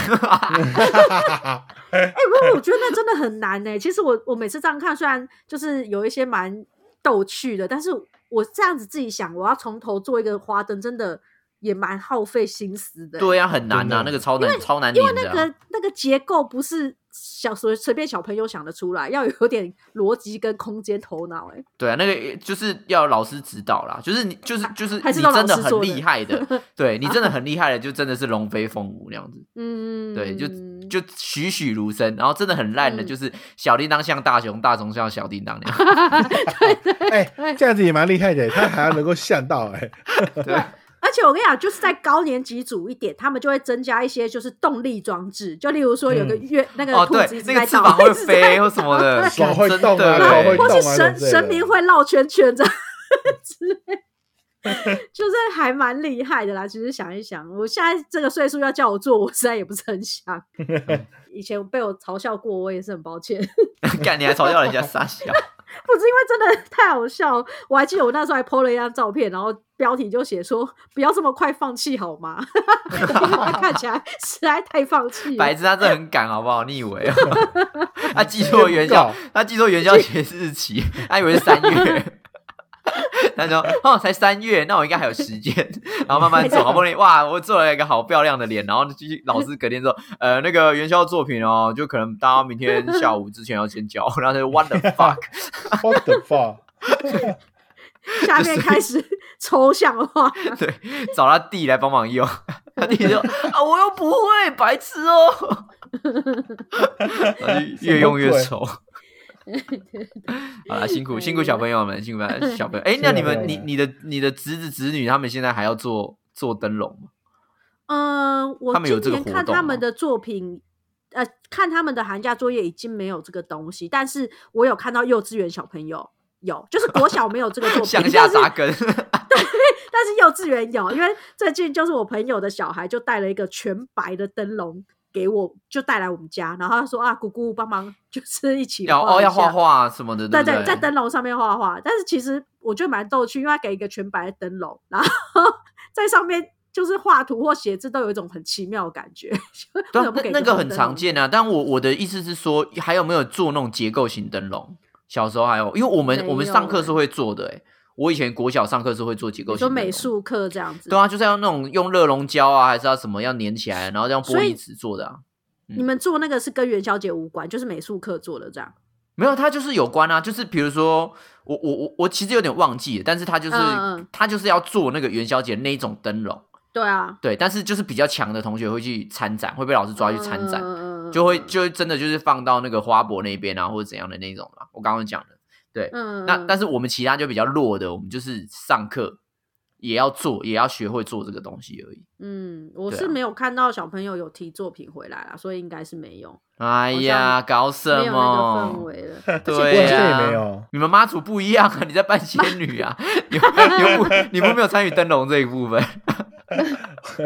[SPEAKER 2] 哎、不过我觉得那真的很难呢、其实我我每次这样看，虽然就是有一些蛮逗趣的，但是我这样子自己想，我要从头做一个花灯，真的也蛮耗费心思的、，
[SPEAKER 3] 对啊，很难呐、
[SPEAKER 1] 真的
[SPEAKER 3] 那个超难超难
[SPEAKER 2] 因为
[SPEAKER 3] 粘的
[SPEAKER 2] 那
[SPEAKER 3] 啊、
[SPEAKER 2] 个那个结构不是小随随便小朋友想得出来，要有点逻辑跟空间头脑、欸。
[SPEAKER 3] 对啊，那个就是要老师指导啦，就是你就是就是
[SPEAKER 2] 还是
[SPEAKER 3] 你
[SPEAKER 2] 都
[SPEAKER 3] 真
[SPEAKER 2] 老
[SPEAKER 3] 的
[SPEAKER 2] 师
[SPEAKER 3] 很
[SPEAKER 2] 做
[SPEAKER 3] 厉
[SPEAKER 2] 的
[SPEAKER 3] 害 的，对你真的很厉害的，就真的是龙飞凤舞那样子。
[SPEAKER 2] 嗯，
[SPEAKER 3] 对，就就栩栩如生，然后真的很烂的，
[SPEAKER 2] 嗯
[SPEAKER 3] 就是小叮当像大熊，大熊像小叮当那 样。
[SPEAKER 1] 哎，这样子也蛮厉害的，他还要能够像到 哎，
[SPEAKER 3] 对，
[SPEAKER 2] 而且我跟你讲，就是在高年级组一点，他们就会增加一些就是动力装置，就例如说有个
[SPEAKER 1] 嗯
[SPEAKER 2] 月、 那个
[SPEAKER 3] 哦，
[SPEAKER 2] 兔
[SPEAKER 3] 对
[SPEAKER 2] 子一，直
[SPEAKER 3] 那
[SPEAKER 2] 在
[SPEAKER 3] 个翅
[SPEAKER 2] 倒，
[SPEAKER 3] 膀 会
[SPEAKER 2] 一直在
[SPEAKER 3] 飞或什么 的，
[SPEAKER 1] 手会
[SPEAKER 3] 真
[SPEAKER 1] 动啊
[SPEAKER 3] 的欸
[SPEAKER 1] 手 会
[SPEAKER 2] 或
[SPEAKER 1] 动
[SPEAKER 2] 是
[SPEAKER 1] 啊
[SPEAKER 2] 神
[SPEAKER 1] 之类的
[SPEAKER 2] 神明会绕圈圈这样 之类，就是还蛮厉害的啦。其实想一想，我现在这个岁数要叫我做，我实在也不是很想。以前被我嘲笑过，我也是很抱歉，不
[SPEAKER 3] 干你还嘲笑人家 傻笑，
[SPEAKER 2] 是因为真的太好笑。我还记得我那时候还 PO 了一张照片，然后标题就写说“不要这么快放弃好吗？” 因为看起来实在太放弃了
[SPEAKER 3] 白。痴他真的很敢好不好？你 以为啊？他记错元宵，他记错元宵节日期，他以为是三月。 他说：“哦，才三月，那我应该还有时间。”然后慢慢做，好不容易哇，我做了一个好漂亮的脸。然后继续，老师隔天说：“呃，那个元宵作品哦，就可能大家明天下午之前要先交。”然后他就 What the fuck？
[SPEAKER 1] ，what the fuck？
[SPEAKER 2] 下面开始抽象 化，
[SPEAKER 3] 对，找他弟来帮忙用。 他弟 说：“啊，我又不会，白痴哦。”然后就越用越丑。 好了，辛苦啊辛苦小朋友们，辛苦小朋友。哎、那你
[SPEAKER 1] 辛苦
[SPEAKER 3] 们
[SPEAKER 1] 小朋友们
[SPEAKER 3] 你你的你的侄子侄女，他们现在还要做做灯笼吗？
[SPEAKER 2] 嗯、呃，
[SPEAKER 3] 他
[SPEAKER 2] 我
[SPEAKER 3] 们有
[SPEAKER 2] 今
[SPEAKER 3] 这个
[SPEAKER 2] 年
[SPEAKER 3] 活
[SPEAKER 2] 看
[SPEAKER 3] 动
[SPEAKER 2] 他
[SPEAKER 3] 吗
[SPEAKER 2] 们的作品，呃，看他们的寒假作业已经没有这个东西，但是我有看到幼稚园小朋友有，就是国小没有这个 作品，
[SPEAKER 3] 向下
[SPEAKER 2] 但是
[SPEAKER 3] 扎根，
[SPEAKER 2] 但是幼稚园有，因为最近就是我朋友的小孩就带了一个全白的灯笼给我，就带来我们家，然后他说啊，姑姑帮忙就是一起
[SPEAKER 3] 要
[SPEAKER 2] 画
[SPEAKER 3] 哦
[SPEAKER 2] 一
[SPEAKER 3] 要画
[SPEAKER 2] 下
[SPEAKER 3] 画什么的，
[SPEAKER 2] 对
[SPEAKER 3] 对
[SPEAKER 2] 对，
[SPEAKER 3] 不
[SPEAKER 2] 在灯笼上面画画，但是其实我觉得蛮逗趣，因为他给一个全白的灯笼，然后在上面就是画图或写字，都有一种很奇妙的感觉。
[SPEAKER 3] 对
[SPEAKER 2] 为
[SPEAKER 3] 啊
[SPEAKER 2] 什么不给
[SPEAKER 3] 那那
[SPEAKER 2] 个红
[SPEAKER 3] 个很
[SPEAKER 2] 灯
[SPEAKER 3] 常
[SPEAKER 2] 笼
[SPEAKER 3] 见啊。但我我的意思是说，还有没有做那种结构型灯笼？小时候还有，因为我们
[SPEAKER 2] 没
[SPEAKER 3] 我们上
[SPEAKER 2] 有
[SPEAKER 3] 课是
[SPEAKER 2] 欸
[SPEAKER 3] 会做的、欸，我以前国小上课是会做结构
[SPEAKER 2] 你
[SPEAKER 3] 型
[SPEAKER 2] 说
[SPEAKER 3] 灯笼，
[SPEAKER 2] 美术课这样子，
[SPEAKER 3] 对啊，就是要那种用热熔胶啊，还是要什么要粘起来，然后用玻
[SPEAKER 2] 所以
[SPEAKER 3] 璃纸做的啊。
[SPEAKER 2] 你们做那个是跟元宵节无关，就是美术课做的这样。
[SPEAKER 3] 没有，它就是有关啊，就是比如说，我我我我其实有点忘记了，但是它就是、
[SPEAKER 2] 嗯嗯
[SPEAKER 3] 它就是要做那个元宵节那一种灯笼，
[SPEAKER 2] 对啊，
[SPEAKER 3] 对，但是就是比较强的同学会去参展，会被老师抓去参展，
[SPEAKER 2] 嗯
[SPEAKER 3] 就会就会真的就是放到那个花博那边啊，或者怎样的那种嘛。我刚刚讲的，对，
[SPEAKER 2] 嗯
[SPEAKER 3] 那但是我们其他就比较弱的，我们就是上课也要做，也要学会做这个东西而已。
[SPEAKER 2] 嗯，我
[SPEAKER 3] 对
[SPEAKER 2] 是
[SPEAKER 3] 啊
[SPEAKER 2] 没有看到小朋友有提作品回来啦，所以应该是没有
[SPEAKER 3] 哎呀，搞什
[SPEAKER 2] 没有那个氛
[SPEAKER 3] 么？
[SPEAKER 2] 围了。
[SPEAKER 1] 我
[SPEAKER 3] 对
[SPEAKER 1] 好像也
[SPEAKER 3] 呀、
[SPEAKER 1] 没有。
[SPEAKER 3] 你们妈祖不 一样啊！你在扮仙女啊？你们你们不你们没有参与灯笼这一部分？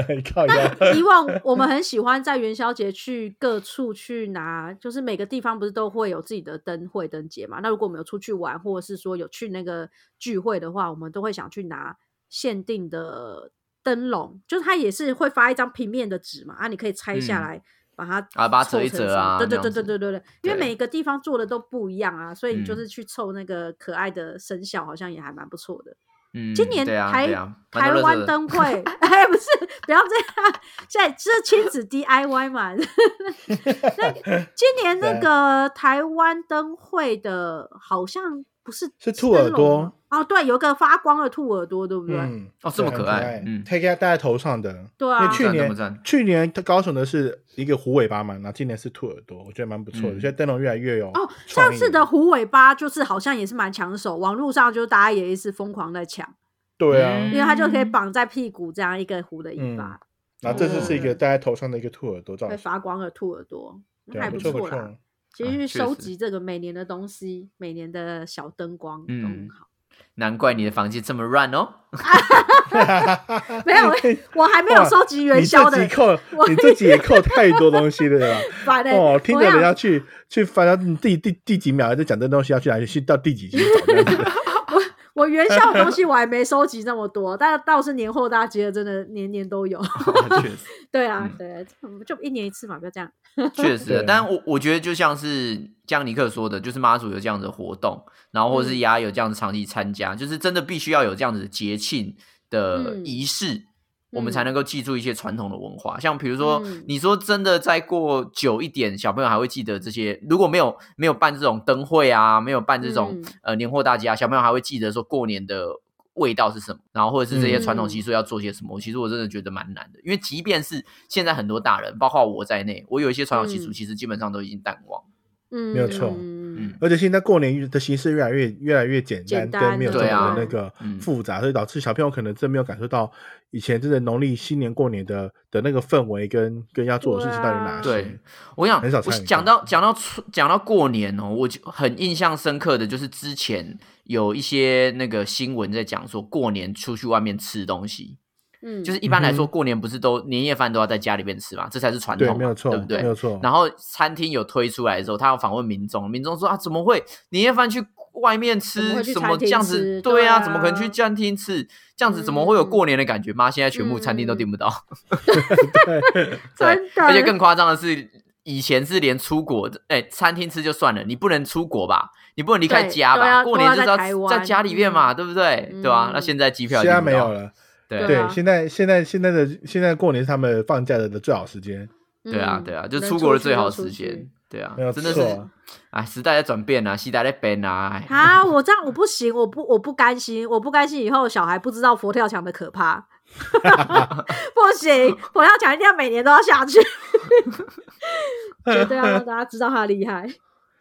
[SPEAKER 1] 你 靠腰，
[SPEAKER 2] 以往我们很喜欢在元宵节去各处去拿，就是每个地方不是都会有自己的灯会灯节嘛？那如果我们有出去玩，或者是说有去那个聚会的话，我们都会想去拿限定的灯笼，就是它也是会发一张平面的纸嘛，啊，你可以拆下
[SPEAKER 3] 嗯
[SPEAKER 2] 来。把它
[SPEAKER 3] 啊把它
[SPEAKER 2] 凑
[SPEAKER 3] 折一
[SPEAKER 2] 成
[SPEAKER 3] 折
[SPEAKER 2] 什么
[SPEAKER 3] 啊
[SPEAKER 2] 对对
[SPEAKER 3] 那
[SPEAKER 2] 对
[SPEAKER 3] 样
[SPEAKER 2] 对
[SPEAKER 3] 子
[SPEAKER 2] 对对对，因为
[SPEAKER 3] 对
[SPEAKER 2] 每个地方做的都不一样啊，所以你就
[SPEAKER 3] 嗯
[SPEAKER 2] 是去凑那个可爱的生肖，好像也还蛮不错的。
[SPEAKER 3] 嗯，
[SPEAKER 2] 今年
[SPEAKER 3] 对啊
[SPEAKER 2] 台、
[SPEAKER 3] 对啊，蛮
[SPEAKER 2] 台
[SPEAKER 3] 多乐色
[SPEAKER 2] 湾
[SPEAKER 3] 的
[SPEAKER 2] 灯会， 哎，不是，不要这样，现在这是亲子 DIY 嘛。 那今年那
[SPEAKER 1] 对
[SPEAKER 2] 个台湾灯会的，好像不是
[SPEAKER 1] 是兔耳
[SPEAKER 2] 灯笼吗
[SPEAKER 1] 朵
[SPEAKER 2] 哦，对，有个发光的兔耳朵，对不对？
[SPEAKER 1] 嗯，
[SPEAKER 3] 哦这么
[SPEAKER 1] 对
[SPEAKER 3] 可
[SPEAKER 1] 很
[SPEAKER 3] 爱嗯
[SPEAKER 1] 可以给它戴在头上的。
[SPEAKER 2] 对
[SPEAKER 1] 因
[SPEAKER 2] 啊
[SPEAKER 1] 为，去
[SPEAKER 3] 赞这么
[SPEAKER 1] 年
[SPEAKER 3] 赞
[SPEAKER 1] 去年它高雄的是一个虎尾巴嘛，然后今年是兔耳朵，我觉得蛮不错的。
[SPEAKER 3] 嗯
[SPEAKER 1] 现在灯笼越来越有
[SPEAKER 2] 哦，
[SPEAKER 1] 创
[SPEAKER 2] 上
[SPEAKER 1] 意
[SPEAKER 2] 次的虎尾巴就是好像也是蛮抢手，网络上就是大家也是疯狂在抢，
[SPEAKER 1] 对啊，
[SPEAKER 2] 因为它就可以绑在屁股这样一个虎的尾
[SPEAKER 1] 嗯
[SPEAKER 2] 巴，
[SPEAKER 1] 然后这次是一个戴在头上的一个兔耳朵造
[SPEAKER 2] 会
[SPEAKER 1] 型，
[SPEAKER 2] 发光的兔耳朵，
[SPEAKER 1] 嗯对
[SPEAKER 2] 还
[SPEAKER 1] 啊，
[SPEAKER 2] 不
[SPEAKER 1] 不错不
[SPEAKER 2] 啦。
[SPEAKER 1] 错。
[SPEAKER 2] 其实
[SPEAKER 3] 啊
[SPEAKER 2] 去
[SPEAKER 3] 确
[SPEAKER 2] 收
[SPEAKER 3] 实
[SPEAKER 2] 集这个每年的东西，每年的小灯光都
[SPEAKER 3] 嗯
[SPEAKER 2] 很好。
[SPEAKER 3] 难怪你的房间这么乱 哦。
[SPEAKER 2] 没有，我还没有收集元
[SPEAKER 1] 你
[SPEAKER 2] 宵
[SPEAKER 1] 自
[SPEAKER 2] 的
[SPEAKER 1] 己扣
[SPEAKER 2] 我，
[SPEAKER 1] 你自己也扣太多东西了吧？
[SPEAKER 2] 版的。
[SPEAKER 1] 哦，听
[SPEAKER 2] 我
[SPEAKER 1] 着人
[SPEAKER 2] 要
[SPEAKER 1] 家去去翻到你第第第几秒就讲这东西要去哪里，去到第几集找这样子。
[SPEAKER 2] 我元宵的东西我还没收集那么多，但倒是年货大街真的年年都有。
[SPEAKER 3] 确实。
[SPEAKER 2] 对啊
[SPEAKER 3] 嗯，
[SPEAKER 2] 对，就一年一次嘛，不要这样。
[SPEAKER 3] 确
[SPEAKER 1] 对
[SPEAKER 3] 实
[SPEAKER 1] 啊，
[SPEAKER 3] 但我我觉得就像是像尼克说的，就是妈祖有这样的活动，然后或是丫有这样子长期参加，就是真的必须要有这样子的节庆的
[SPEAKER 2] 嗯
[SPEAKER 3] 仪式，我们
[SPEAKER 2] 嗯
[SPEAKER 3] 才能够记住一些传统的文化。像比如说，
[SPEAKER 2] 嗯
[SPEAKER 3] 你说真的再过久一点，小朋友还会记得这些。如果没有没有办这种灯会啊，没有办这种、
[SPEAKER 2] 嗯
[SPEAKER 3] 呃年货大集啊，小朋友还会记得说过年的。味道是什么？然后或者是这些传统
[SPEAKER 2] 嗯
[SPEAKER 3] 习俗要做些什么？其实我真的觉得蛮难的，因为即便是现在很多大人，包括我在内，我有一些传统习俗
[SPEAKER 2] 嗯
[SPEAKER 3] 其实基本上都已经淡忘。
[SPEAKER 2] 嗯，
[SPEAKER 1] 没有错
[SPEAKER 2] 嗯
[SPEAKER 1] 而且现在过年的形式越来越越来越简单，
[SPEAKER 2] 简单
[SPEAKER 1] 跟没有这
[SPEAKER 3] 对
[SPEAKER 1] 么
[SPEAKER 3] 啊
[SPEAKER 1] 的那个
[SPEAKER 3] 嗯
[SPEAKER 1] 复杂，所以导致小朋友可能真没有感受到以前真的农历新年过年的的那个氛围跟跟要做的事情到底哪些。
[SPEAKER 3] 对啊我想，
[SPEAKER 1] 很少
[SPEAKER 3] 我
[SPEAKER 1] 参与
[SPEAKER 3] 讲到讲到春讲到过年哦，我就很印象深刻的就是之前有一些那个新闻在讲说过年出去外面吃东西，
[SPEAKER 2] 嗯，
[SPEAKER 3] 就是一般来说
[SPEAKER 1] 嗯
[SPEAKER 3] 过年不是都年夜饭都要在家里面吃嘛，这才是传统
[SPEAKER 1] 对
[SPEAKER 3] 嘛，
[SPEAKER 1] 没有错，
[SPEAKER 3] 对不对
[SPEAKER 1] 没？有错。
[SPEAKER 3] 然后餐厅有推出来的时候，他要访问民众，民众说啊，怎么会年夜饭去外面
[SPEAKER 2] 怎么
[SPEAKER 3] 吃
[SPEAKER 2] 会去
[SPEAKER 3] 什么
[SPEAKER 2] 餐厅
[SPEAKER 3] 这样子？
[SPEAKER 2] 吃对
[SPEAKER 3] 对啊，
[SPEAKER 2] 啊嗯
[SPEAKER 3] 怎么可能去餐厅吃？这样子怎么会有过年的感觉吗？现在全部餐厅都订不到，对
[SPEAKER 2] 真的，
[SPEAKER 3] 而且更夸张的是。以前是连出国的，哎、餐厅吃就算了，你不能出国吧？你不能离开
[SPEAKER 2] 对
[SPEAKER 3] 家
[SPEAKER 2] 都
[SPEAKER 3] 吧？
[SPEAKER 2] 要
[SPEAKER 3] 过年就是
[SPEAKER 2] 都要在台
[SPEAKER 3] 要
[SPEAKER 2] 湾
[SPEAKER 3] 在家里面嘛，对不对？
[SPEAKER 2] 嗯
[SPEAKER 3] 对吧、那现在机票已
[SPEAKER 1] 现在
[SPEAKER 3] 经不
[SPEAKER 1] 没有
[SPEAKER 3] 到，
[SPEAKER 1] 了，
[SPEAKER 3] 对
[SPEAKER 2] 对
[SPEAKER 1] 对
[SPEAKER 2] 啊，
[SPEAKER 1] 现在现在现在的现在过年是他们放假的的最好时间，
[SPEAKER 3] 对啊，
[SPEAKER 2] 嗯
[SPEAKER 3] 对啊，就
[SPEAKER 2] 能
[SPEAKER 3] 出国的
[SPEAKER 2] 去
[SPEAKER 3] 最
[SPEAKER 2] 就
[SPEAKER 3] 好
[SPEAKER 2] 出
[SPEAKER 3] 时
[SPEAKER 2] 去
[SPEAKER 3] 间，对啊
[SPEAKER 1] 没有，
[SPEAKER 3] 真的
[SPEAKER 1] 错
[SPEAKER 3] 是，哎，时代在转变啊，时代在变啊，哎
[SPEAKER 2] 啊！我这样我不行，我不我不甘心，我不甘心以后小孩不知道佛跳墙的可怕， 不行，佛跳墙一定要每年都要下去，绝对要让大家知道它的厉害。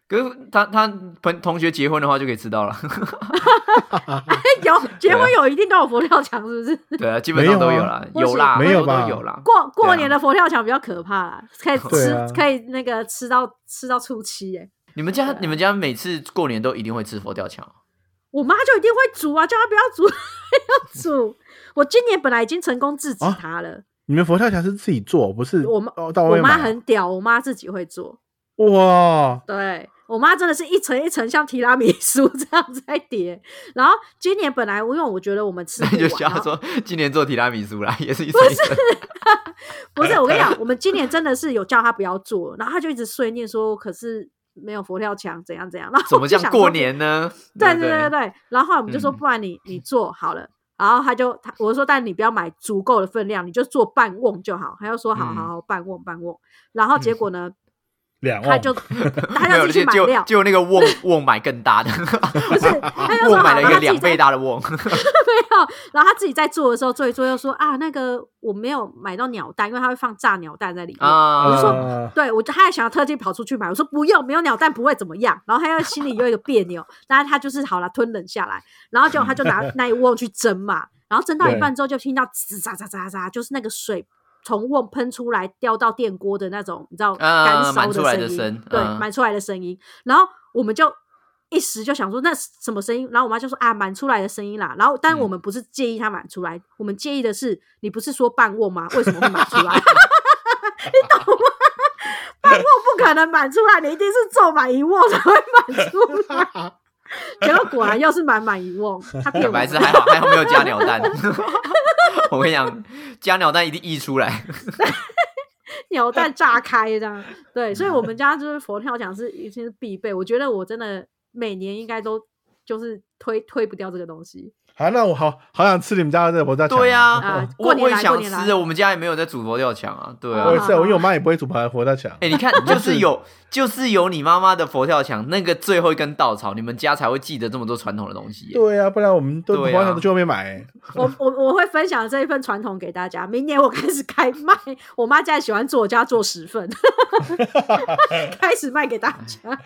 [SPEAKER 3] 可是他他朋同学结婚的话就可以吃到了，
[SPEAKER 2] 有结
[SPEAKER 3] 对
[SPEAKER 2] 婚
[SPEAKER 3] 啊
[SPEAKER 2] 有一定都有佛跳墙，是不是？
[SPEAKER 3] 对啊，基本上都
[SPEAKER 1] 没
[SPEAKER 3] 有
[SPEAKER 1] 有
[SPEAKER 3] 啦
[SPEAKER 1] 啊，
[SPEAKER 2] 或许
[SPEAKER 3] 有啦，
[SPEAKER 1] 没有
[SPEAKER 3] 很多都
[SPEAKER 1] 吧
[SPEAKER 3] 有啦，
[SPEAKER 2] 过
[SPEAKER 3] 对啊
[SPEAKER 2] 过年的佛跳墙比较可怕啦，可以吃、
[SPEAKER 1] 对啊
[SPEAKER 2] 可以那个吃到吃到初七耶、
[SPEAKER 3] 你们
[SPEAKER 2] 啊
[SPEAKER 3] 家你们家每次过年都一定会吃佛跳墙啊？
[SPEAKER 2] 我妈就一定会煮啊，叫她不要煮， 要煮。我今年本来已经成功制止
[SPEAKER 3] 哦
[SPEAKER 1] 啊
[SPEAKER 2] 她了，
[SPEAKER 1] 你们佛跳墙是自己做，不是
[SPEAKER 2] 我妈
[SPEAKER 1] 哦到
[SPEAKER 2] 我
[SPEAKER 1] 外面
[SPEAKER 3] 啊
[SPEAKER 2] 妈
[SPEAKER 1] 买
[SPEAKER 2] 很屌，我妈自己会做。
[SPEAKER 1] 哇，
[SPEAKER 2] 对我妈真的是一层一层像提拉米苏 这样在叠。然后今年本来因为我觉得我们吃
[SPEAKER 3] 那
[SPEAKER 2] 不
[SPEAKER 3] 就
[SPEAKER 2] 完，啊
[SPEAKER 3] 笑
[SPEAKER 2] 然后
[SPEAKER 3] 说今年做提拉米苏啦，也是一层一层。
[SPEAKER 2] 不是，我跟你 讲，我们今年真的是有叫他不要做，然后他就一直碎念说，可是没有佛跳墙，怎样怎样。然后
[SPEAKER 3] 怎
[SPEAKER 2] 我
[SPEAKER 3] 么
[SPEAKER 2] 就
[SPEAKER 3] 这
[SPEAKER 2] 想
[SPEAKER 3] 样过
[SPEAKER 2] 说？
[SPEAKER 3] 年呢？
[SPEAKER 2] 对啊
[SPEAKER 3] 不
[SPEAKER 2] 对对对对。然后后来我们就说，
[SPEAKER 3] 嗯
[SPEAKER 2] 不然你、你做好了。然后他就他我说，但你不要买足够的分量，你就做半瓮就好。他就说，好
[SPEAKER 3] 嗯
[SPEAKER 2] 好好，半瓮半瓮。然后结果呢，
[SPEAKER 1] 两
[SPEAKER 2] 他
[SPEAKER 1] 万
[SPEAKER 2] 就他
[SPEAKER 3] 没
[SPEAKER 2] 就
[SPEAKER 3] 有，
[SPEAKER 2] 自己去
[SPEAKER 3] 就
[SPEAKER 2] 买
[SPEAKER 3] 就
[SPEAKER 2] 料，
[SPEAKER 3] 就那个瓮瓮买更大的，
[SPEAKER 2] 不是， 他就说
[SPEAKER 3] 瓮
[SPEAKER 2] 好，
[SPEAKER 3] 买了
[SPEAKER 2] 然后
[SPEAKER 3] 一
[SPEAKER 2] 他
[SPEAKER 3] 个
[SPEAKER 2] 自
[SPEAKER 3] 两
[SPEAKER 2] 己在
[SPEAKER 3] 倍大的 瓮，
[SPEAKER 2] 没有，啊然后他自己在做的时候做一做，又说啊，那个我没有买到鸟蛋，因为他会放炸鸟蛋在里面。
[SPEAKER 3] 啊
[SPEAKER 2] 我就说
[SPEAKER 1] 啊
[SPEAKER 2] 对我就他还想要特地跑出去买，我说不用，没有鸟蛋不会怎么样。然后他又心里又有一个别扭，但是他就是好了，吞忍下来。然后结果他就拿那一瓮去蒸嘛，然后蒸到一
[SPEAKER 1] 对
[SPEAKER 2] 半之后就听到吱喳喳喳喳，就是那个水。从瓮喷出来，掉到电锅的那种，你知道
[SPEAKER 3] 啊
[SPEAKER 2] 干烧
[SPEAKER 3] 满出来的
[SPEAKER 2] 声音，
[SPEAKER 3] 声
[SPEAKER 2] 对，
[SPEAKER 3] 嗯
[SPEAKER 2] 满出来的声音。然后我们就一时就想说，那是什么声音？然后我妈就说啊，满出来的声音啦。然后，但
[SPEAKER 3] 嗯
[SPEAKER 2] 我们不是介意它满出来，我们介意的是，你不是说半瓮吗？为什么会满出来？ 你懂吗？半瓮不可能满出来，你一定是做满一瓮才会满出来。 结果果然又是满满一瓮，他 骗我们
[SPEAKER 3] 小白。痴还好还好没有加鸟蛋。 我跟你讲，加鸟蛋一定溢 出来。
[SPEAKER 2] 鸟蛋炸开这样。对，所以
[SPEAKER 1] 嗯
[SPEAKER 2] 我们家就是佛跳墙是一定是必备。我觉得我真的每年应该都就是推推不掉这个 东西
[SPEAKER 1] 好，那我好好想吃你们家的佛跳墙。
[SPEAKER 3] 对呀、
[SPEAKER 2] 啊。
[SPEAKER 3] 我
[SPEAKER 2] 过
[SPEAKER 3] 我
[SPEAKER 2] 年
[SPEAKER 3] 也
[SPEAKER 2] 来，过
[SPEAKER 3] 想
[SPEAKER 2] 年来
[SPEAKER 3] 吃，，啊我们家也没有在煮佛跳墙啊。对啊
[SPEAKER 1] 我，也是，我因为我妈也不会煮盘佛跳墙。
[SPEAKER 3] 哎、你看，就是有就是有你妈妈的佛跳墙那个最后一根稻草，你们家才会记得这么多传统的东西耶。
[SPEAKER 1] 对呀，不然我们都佛
[SPEAKER 3] 对啊
[SPEAKER 1] 跳墙都去外面买。
[SPEAKER 2] 我我我会分享这一份传统给大家。明年我开始开卖，我妈家喜欢做，我家做 十份，开始卖给大家。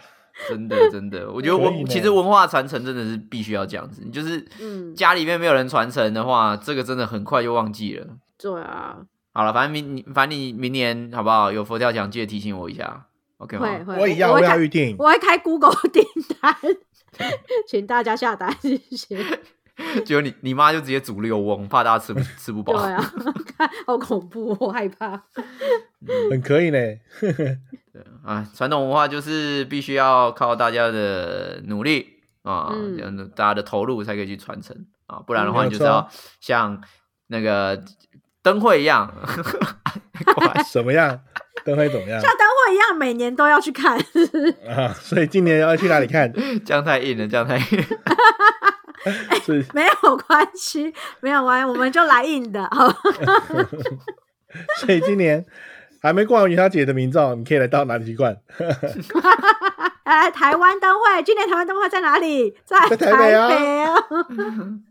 [SPEAKER 3] 真的真的，我觉得
[SPEAKER 1] 可以
[SPEAKER 3] 文
[SPEAKER 1] 呢
[SPEAKER 3] 其实文化传承真的是必须要这样子，你就是
[SPEAKER 2] 嗯
[SPEAKER 3] 家里面没有人传承的话，这个真的很快就忘记了。
[SPEAKER 2] 对啊，
[SPEAKER 3] 好了，反正明你反正你明年好不好？有佛跳墙记得提醒我一下，OK 吗？
[SPEAKER 2] 会会，
[SPEAKER 1] 啊我也要，
[SPEAKER 2] 我
[SPEAKER 1] 我
[SPEAKER 2] 会
[SPEAKER 1] 也要
[SPEAKER 2] 开
[SPEAKER 1] 预定。
[SPEAKER 2] 我会开 Google 订单，请大家下单，谢谢。
[SPEAKER 3] 结果你你妈就直接煮六瓮，怕大家吃不 吃不饱
[SPEAKER 2] 对。啊， 看好恐怖，我害怕。
[SPEAKER 1] 很可 以呢，
[SPEAKER 3] 啊，传统文化就是必须要靠大家的努力啊，
[SPEAKER 2] 嗯
[SPEAKER 3] 这样子大家的投入才可以去传承啊，不然的话
[SPEAKER 1] 嗯
[SPEAKER 3] 你就是要像那个灯会一样，
[SPEAKER 1] 怎么样？灯会怎么样
[SPEAKER 2] 像灯会一样，每年都要去看。
[SPEAKER 1] 啊？所以今年要去哪里 看？
[SPEAKER 3] 这样太硬了，这样太硬了。
[SPEAKER 1] 所以
[SPEAKER 2] 没有关系，没有关系，我们就来硬的。好，
[SPEAKER 1] 所以今年还没逛完元宵节的民众，你可以来到哪里去逛？
[SPEAKER 2] 哎，台湾灯会，今年台湾灯会在哪里？在
[SPEAKER 1] 在台
[SPEAKER 2] 北
[SPEAKER 1] 北啊
[SPEAKER 2] 啊。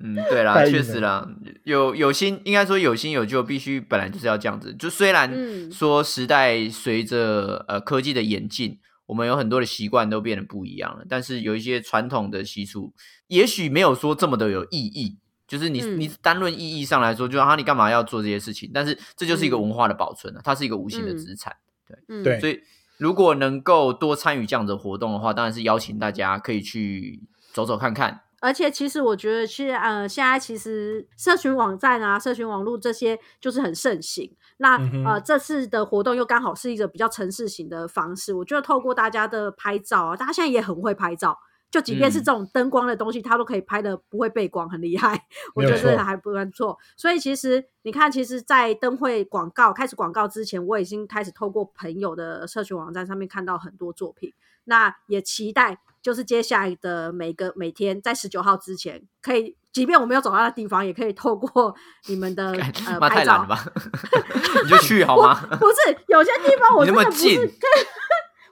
[SPEAKER 3] 嗯，对啦，
[SPEAKER 1] 太硬
[SPEAKER 3] 确
[SPEAKER 1] 了
[SPEAKER 3] 实啦，有有心，应该说有心有就，必须本来就是要这样子。就虽然
[SPEAKER 2] 嗯
[SPEAKER 3] 说时代随着呃科技的演进，我们有很多的习惯都变得不一样了，但是有一些传统的习俗，也许没有说这么的有意义。就是你、
[SPEAKER 2] 嗯
[SPEAKER 3] 你单论意义上来说，就啊你干嘛要做这些事情？但是这就是一个
[SPEAKER 2] 嗯
[SPEAKER 3] 文化的保存啊，它是一个无形的
[SPEAKER 2] 嗯
[SPEAKER 3] 资产。
[SPEAKER 2] 嗯
[SPEAKER 1] 对
[SPEAKER 3] 所以如果能够多参与这样子的活动的话，当然是邀请大家可以去走走看看。
[SPEAKER 2] 而且其实我觉得是呃，现在其实社群网站啊、社群网络这些就是很盛行。那、
[SPEAKER 1] 嗯哼
[SPEAKER 2] 呃，这次的活动又刚好是一个比较城市型的方式，我觉得透过大家的拍照啊，大家现在也很会拍照。就即便是
[SPEAKER 3] 嗯
[SPEAKER 2] 这种灯光的东西，它都可以拍的不会背光，很厉害。我
[SPEAKER 1] 没
[SPEAKER 2] 觉
[SPEAKER 1] 有
[SPEAKER 2] 得这
[SPEAKER 1] 错
[SPEAKER 2] 还不算错。所以其实你看，其实，在灯会广告开始广告之前，我已经开始透过朋友的社群网站上面看到很多作品。那也期待就是接下来的每个每天在十九号之前，可以即便我没有走到那地方，也可以透过你们的呃
[SPEAKER 3] 妈
[SPEAKER 2] 拍
[SPEAKER 3] 太懒
[SPEAKER 2] 照
[SPEAKER 3] 了。吧， 你就去好吗？
[SPEAKER 2] 不是有些地方我
[SPEAKER 3] 你
[SPEAKER 2] 真
[SPEAKER 3] 那么
[SPEAKER 2] 的不是，
[SPEAKER 3] 近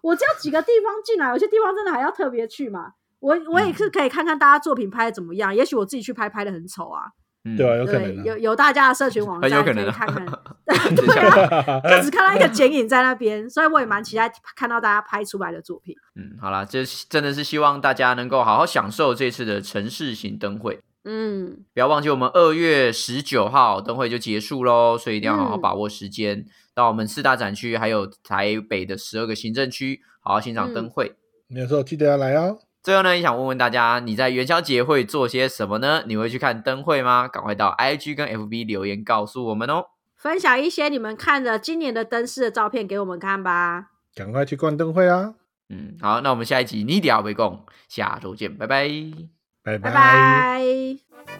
[SPEAKER 2] 我只有几个地方进来，有些地方真的还要特
[SPEAKER 3] 嗯
[SPEAKER 2] 别去嘛。我我也是可以看看大家作品拍的怎么样，也许我自己去拍拍的很丑啊，
[SPEAKER 3] 嗯
[SPEAKER 1] 对啊，，有可
[SPEAKER 2] 对
[SPEAKER 1] 能，啊
[SPEAKER 2] 有有大家的社群网
[SPEAKER 3] 很
[SPEAKER 2] 站
[SPEAKER 3] 有可
[SPEAKER 2] 可
[SPEAKER 3] 能
[SPEAKER 2] 以
[SPEAKER 3] 啊
[SPEAKER 2] 看看，
[SPEAKER 3] 只想 看
[SPEAKER 2] 就只看 到一个剪影在那边，所以我也蛮期待看到大家拍出来的作品。
[SPEAKER 3] 嗯，好啦，这是真的是希望大家能够好好享受这次的城市型灯会。
[SPEAKER 2] 嗯，
[SPEAKER 3] 不要忘记，我们二月十九号灯会就结束喽，所以一定要好好把握时间，到我们四大展区还有台北的十二个行政区，好好欣赏灯会。
[SPEAKER 1] 你有时候记得要来哦。
[SPEAKER 3] 最后呢，也想问问大家，你在元宵节会做些什么呢？你会去看灯会吗？赶快到 IG 跟 FB 留言告诉我们哦。
[SPEAKER 2] 分享一些你们看的今年的灯饰的照片给我们看吧，
[SPEAKER 1] 赶快去逛灯会啊！
[SPEAKER 3] 嗯，好，那我们下一集你一定要回共，下周见，拜拜。
[SPEAKER 1] 拜
[SPEAKER 2] 拜拜。